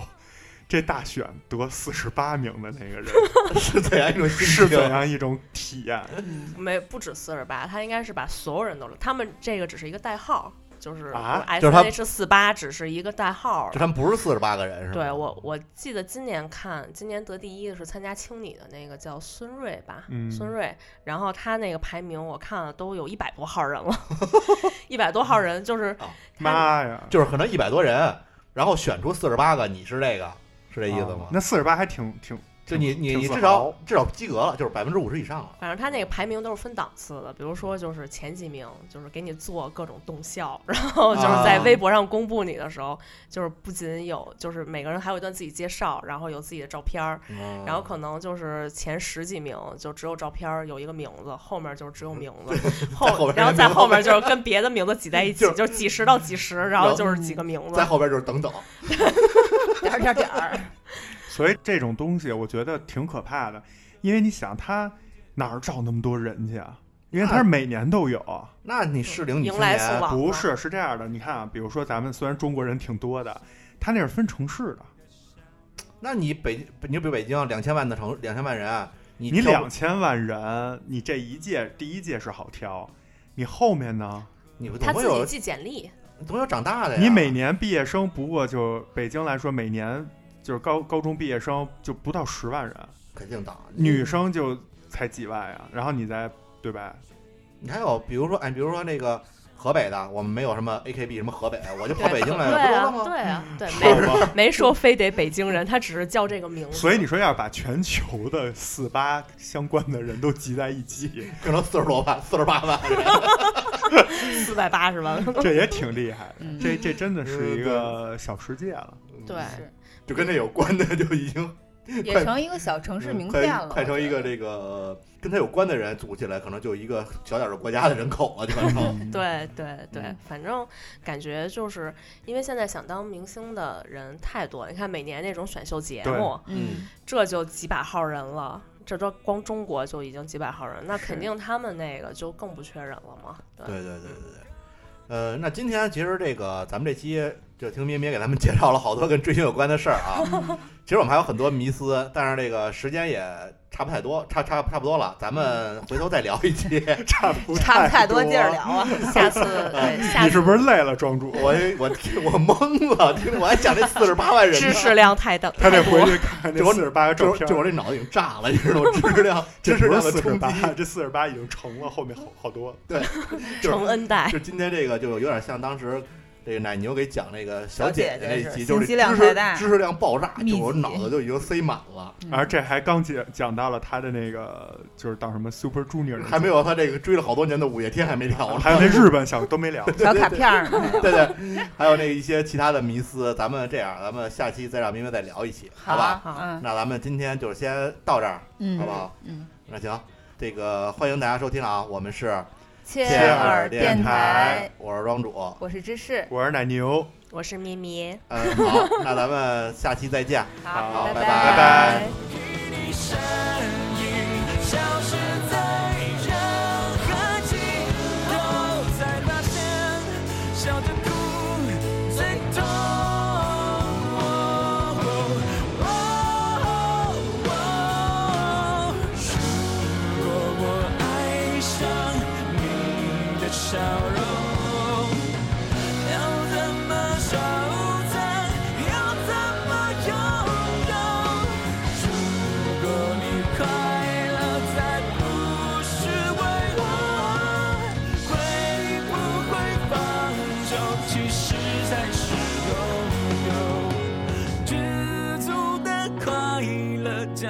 S3: 这大选得四十八名的那个 人
S6: 是怎样一种
S3: 是
S6: 心
S3: 怎
S6: 情？
S3: 样一种体验？
S6: 嗯
S1: 没不止四十八，他应该是把所有人都，他们这个只是一个代号，就是
S3: 啊
S1: S
S6: 就是他
S1: H 四八只是一个代号
S6: 就。他们不是四十八个人是吧？
S1: 对我，我记得今年看，今年得第一的是参加青你的那个叫孙瑞吧，
S3: 嗯
S1: 孙瑞，然后他那个排名我看了都有一百多号人 了，一百多号人就是
S3: 妈呀！
S6: 就是可能一百多人，然后选出四十八个，你是这个，是这意思吗？
S3: 哦那四十八还挺挺
S6: 就你你
S3: 啊挺
S6: 你
S3: 自
S6: 至
S3: 豪
S6: 少至少及格了，就是百分之五十以上了。
S1: 反正他那个排名都是分档次的，比如说就是前几名，就是给你做各种动效，然后就是在
S3: 啊
S1: 微博上公布你的时候，就是不仅有就是每个人还有一段自己介绍，然后有自己的照片儿，
S6: 嗯
S2: 嗯
S1: 然后可能就是前十几名就只有照片儿有一个名字，后面就只有名字，
S6: 在后
S1: 后
S6: 边
S1: 然后
S6: 没
S1: 在
S6: 名
S1: 后
S6: 字
S1: 面就是跟别的名字挤在一起
S6: 就，
S1: 就是几十到几十，然后就是几个名
S6: 在
S1: 字。
S6: 后边就是等等，
S2: 点儿点儿点儿，
S3: 所以这种东西我觉得挺可怕的，因为你想他哪儿找那么多人去啊？因为他是每年都有啊，
S6: 那你适龄你
S1: 迎
S6: 青
S1: 来
S6: 年
S1: 速往
S3: 不
S1: 嘛
S3: 是是这样的。你看啊，比如说咱们虽然中国人挺多的，他那是分城市的，
S6: 那你北你比如北京两千万的城两千万人，啊你
S3: 你
S6: 挑
S3: 两千万人，你这一届第一届是好挑，你后面呢？
S6: 你总
S1: 他
S6: 会
S1: 自己
S6: 有
S1: 寄简历，
S6: 总有长大的呀。
S3: 你每年毕业生不过就北京来说，每年就是高高中毕业生就不到十万人，
S6: 肯定的，啊
S3: 女生就才几万呀、然后你再对吧？
S6: 你还有比如说哎，比如说那个河北的，我们没有什么 AKB 什么河北，我就跑北京 来
S1: 对
S6: 了，
S1: 啊
S6: 哎不，
S1: 对啊，对，
S6: 知
S1: 没
S6: 道了吗？好吧，
S1: 没说非得北京人，他只是叫这个名字。
S3: 所以你说要是把全球的四八相关的人都集在一 起，
S6: 可能四十多万、四十八万人，
S1: 四百八十万，
S6: 嗯
S3: 这也挺厉害的。
S2: 嗯
S3: 这这真的是一个小世界了。
S1: 对，
S6: 就跟这有关的就已经
S2: 也成一个小城市名片了，
S6: 嗯快快成一个这个跟他有关的人组起来，可能就一个小点儿的国家的人口了，就完成。
S1: 对对对
S6: 嗯，
S1: 反正感觉 就是因为现在想当明星的人太多，你看每年那种选秀节目，
S6: 嗯
S2: 嗯，
S1: 这就几百号人了。这都光中国就已经几百号人，那
S2: 是
S1: 肯定他们那个就更不缺人了嘛。对，
S6: 对对对对对。呃，那今天其实这个咱们这期就听咩咩给咱们介绍了好多跟追星有关的事儿啊。
S2: 嗯
S6: 其实我们还有很多迷思，但是这个时间也差不太多，差差差不多了，咱们回头再聊一期。
S3: 差不
S2: 差不太多
S3: 多
S2: 劲儿聊啊，
S1: 下次对 下
S3: 你是
S1: 次
S3: 不是累了，庄主？
S6: 我我我懵了，听我还讲这四十八万人
S1: 知
S6: 呢，
S1: 识量太大，
S3: 他
S1: 太
S3: 得
S1: 多
S3: 回去看
S6: 这
S3: 这
S6: 我
S3: 四十八个照
S6: 就
S3: 片
S6: 就我
S3: 儿。
S6: 这脑子已经炸了，你知道吗？知识量，知
S3: 这
S6: 识
S3: 不
S6: 量
S3: 是
S6: 的
S3: 四十
S6: 冲击，
S3: 八，这四十八已经成了，后面好好多了。
S6: 就是
S1: 成 N 代。
S6: 就今天这个就有点像当时这个奶牛给讲那个
S2: 小
S6: 姐
S2: 姐
S6: 姐
S2: 姐
S6: 那一
S2: 是
S6: 集，
S2: 信
S6: 就是
S2: 息量
S6: 知识
S2: 太大
S6: 知识量爆炸，
S2: 密
S6: 就
S2: 集
S6: 我脑子就已经塞满了，
S2: 嗯
S3: 而这还刚讲讲到了他的那个，就是当什么 Super Junior，
S6: 还没有他这个追了好多年的五月天还没聊呢，
S3: 还有那日本小都没聊。
S2: 小卡片儿呢，啊
S6: 对对，还有那一些其他的迷思，咱们这样，咱们下期再让明明再聊一期，好吧？
S2: 好啊，
S6: 那咱们今天就是先到这儿，
S2: 嗯，
S6: 好不好？
S2: 嗯，
S6: 那行，这个欢迎大家收听啊，我们是
S2: 切
S3: 切
S2: 耳
S3: 耳
S2: 电
S3: 电
S2: 台
S4: 哎
S3: 台，
S6: 我是庄主，
S2: 我是芝士，
S3: 我是奶牛，
S1: 我是咪咪，
S6: 嗯，好，那咱们下期再见。好
S2: 好，
S6: 拜拜
S2: 拜
S6: 拜拜。
S7: 你身影消失在任何尽头，才发现笑着哭最痛。如果我爱上你的笑容。要怎么收藏？要怎么拥有？如果你快乐，再不是为我，会不会放手？其实才是拥有知足的快乐，叫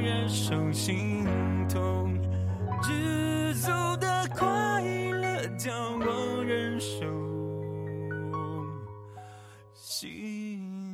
S7: 忍受心痛。知足的快乐，叫我忍受心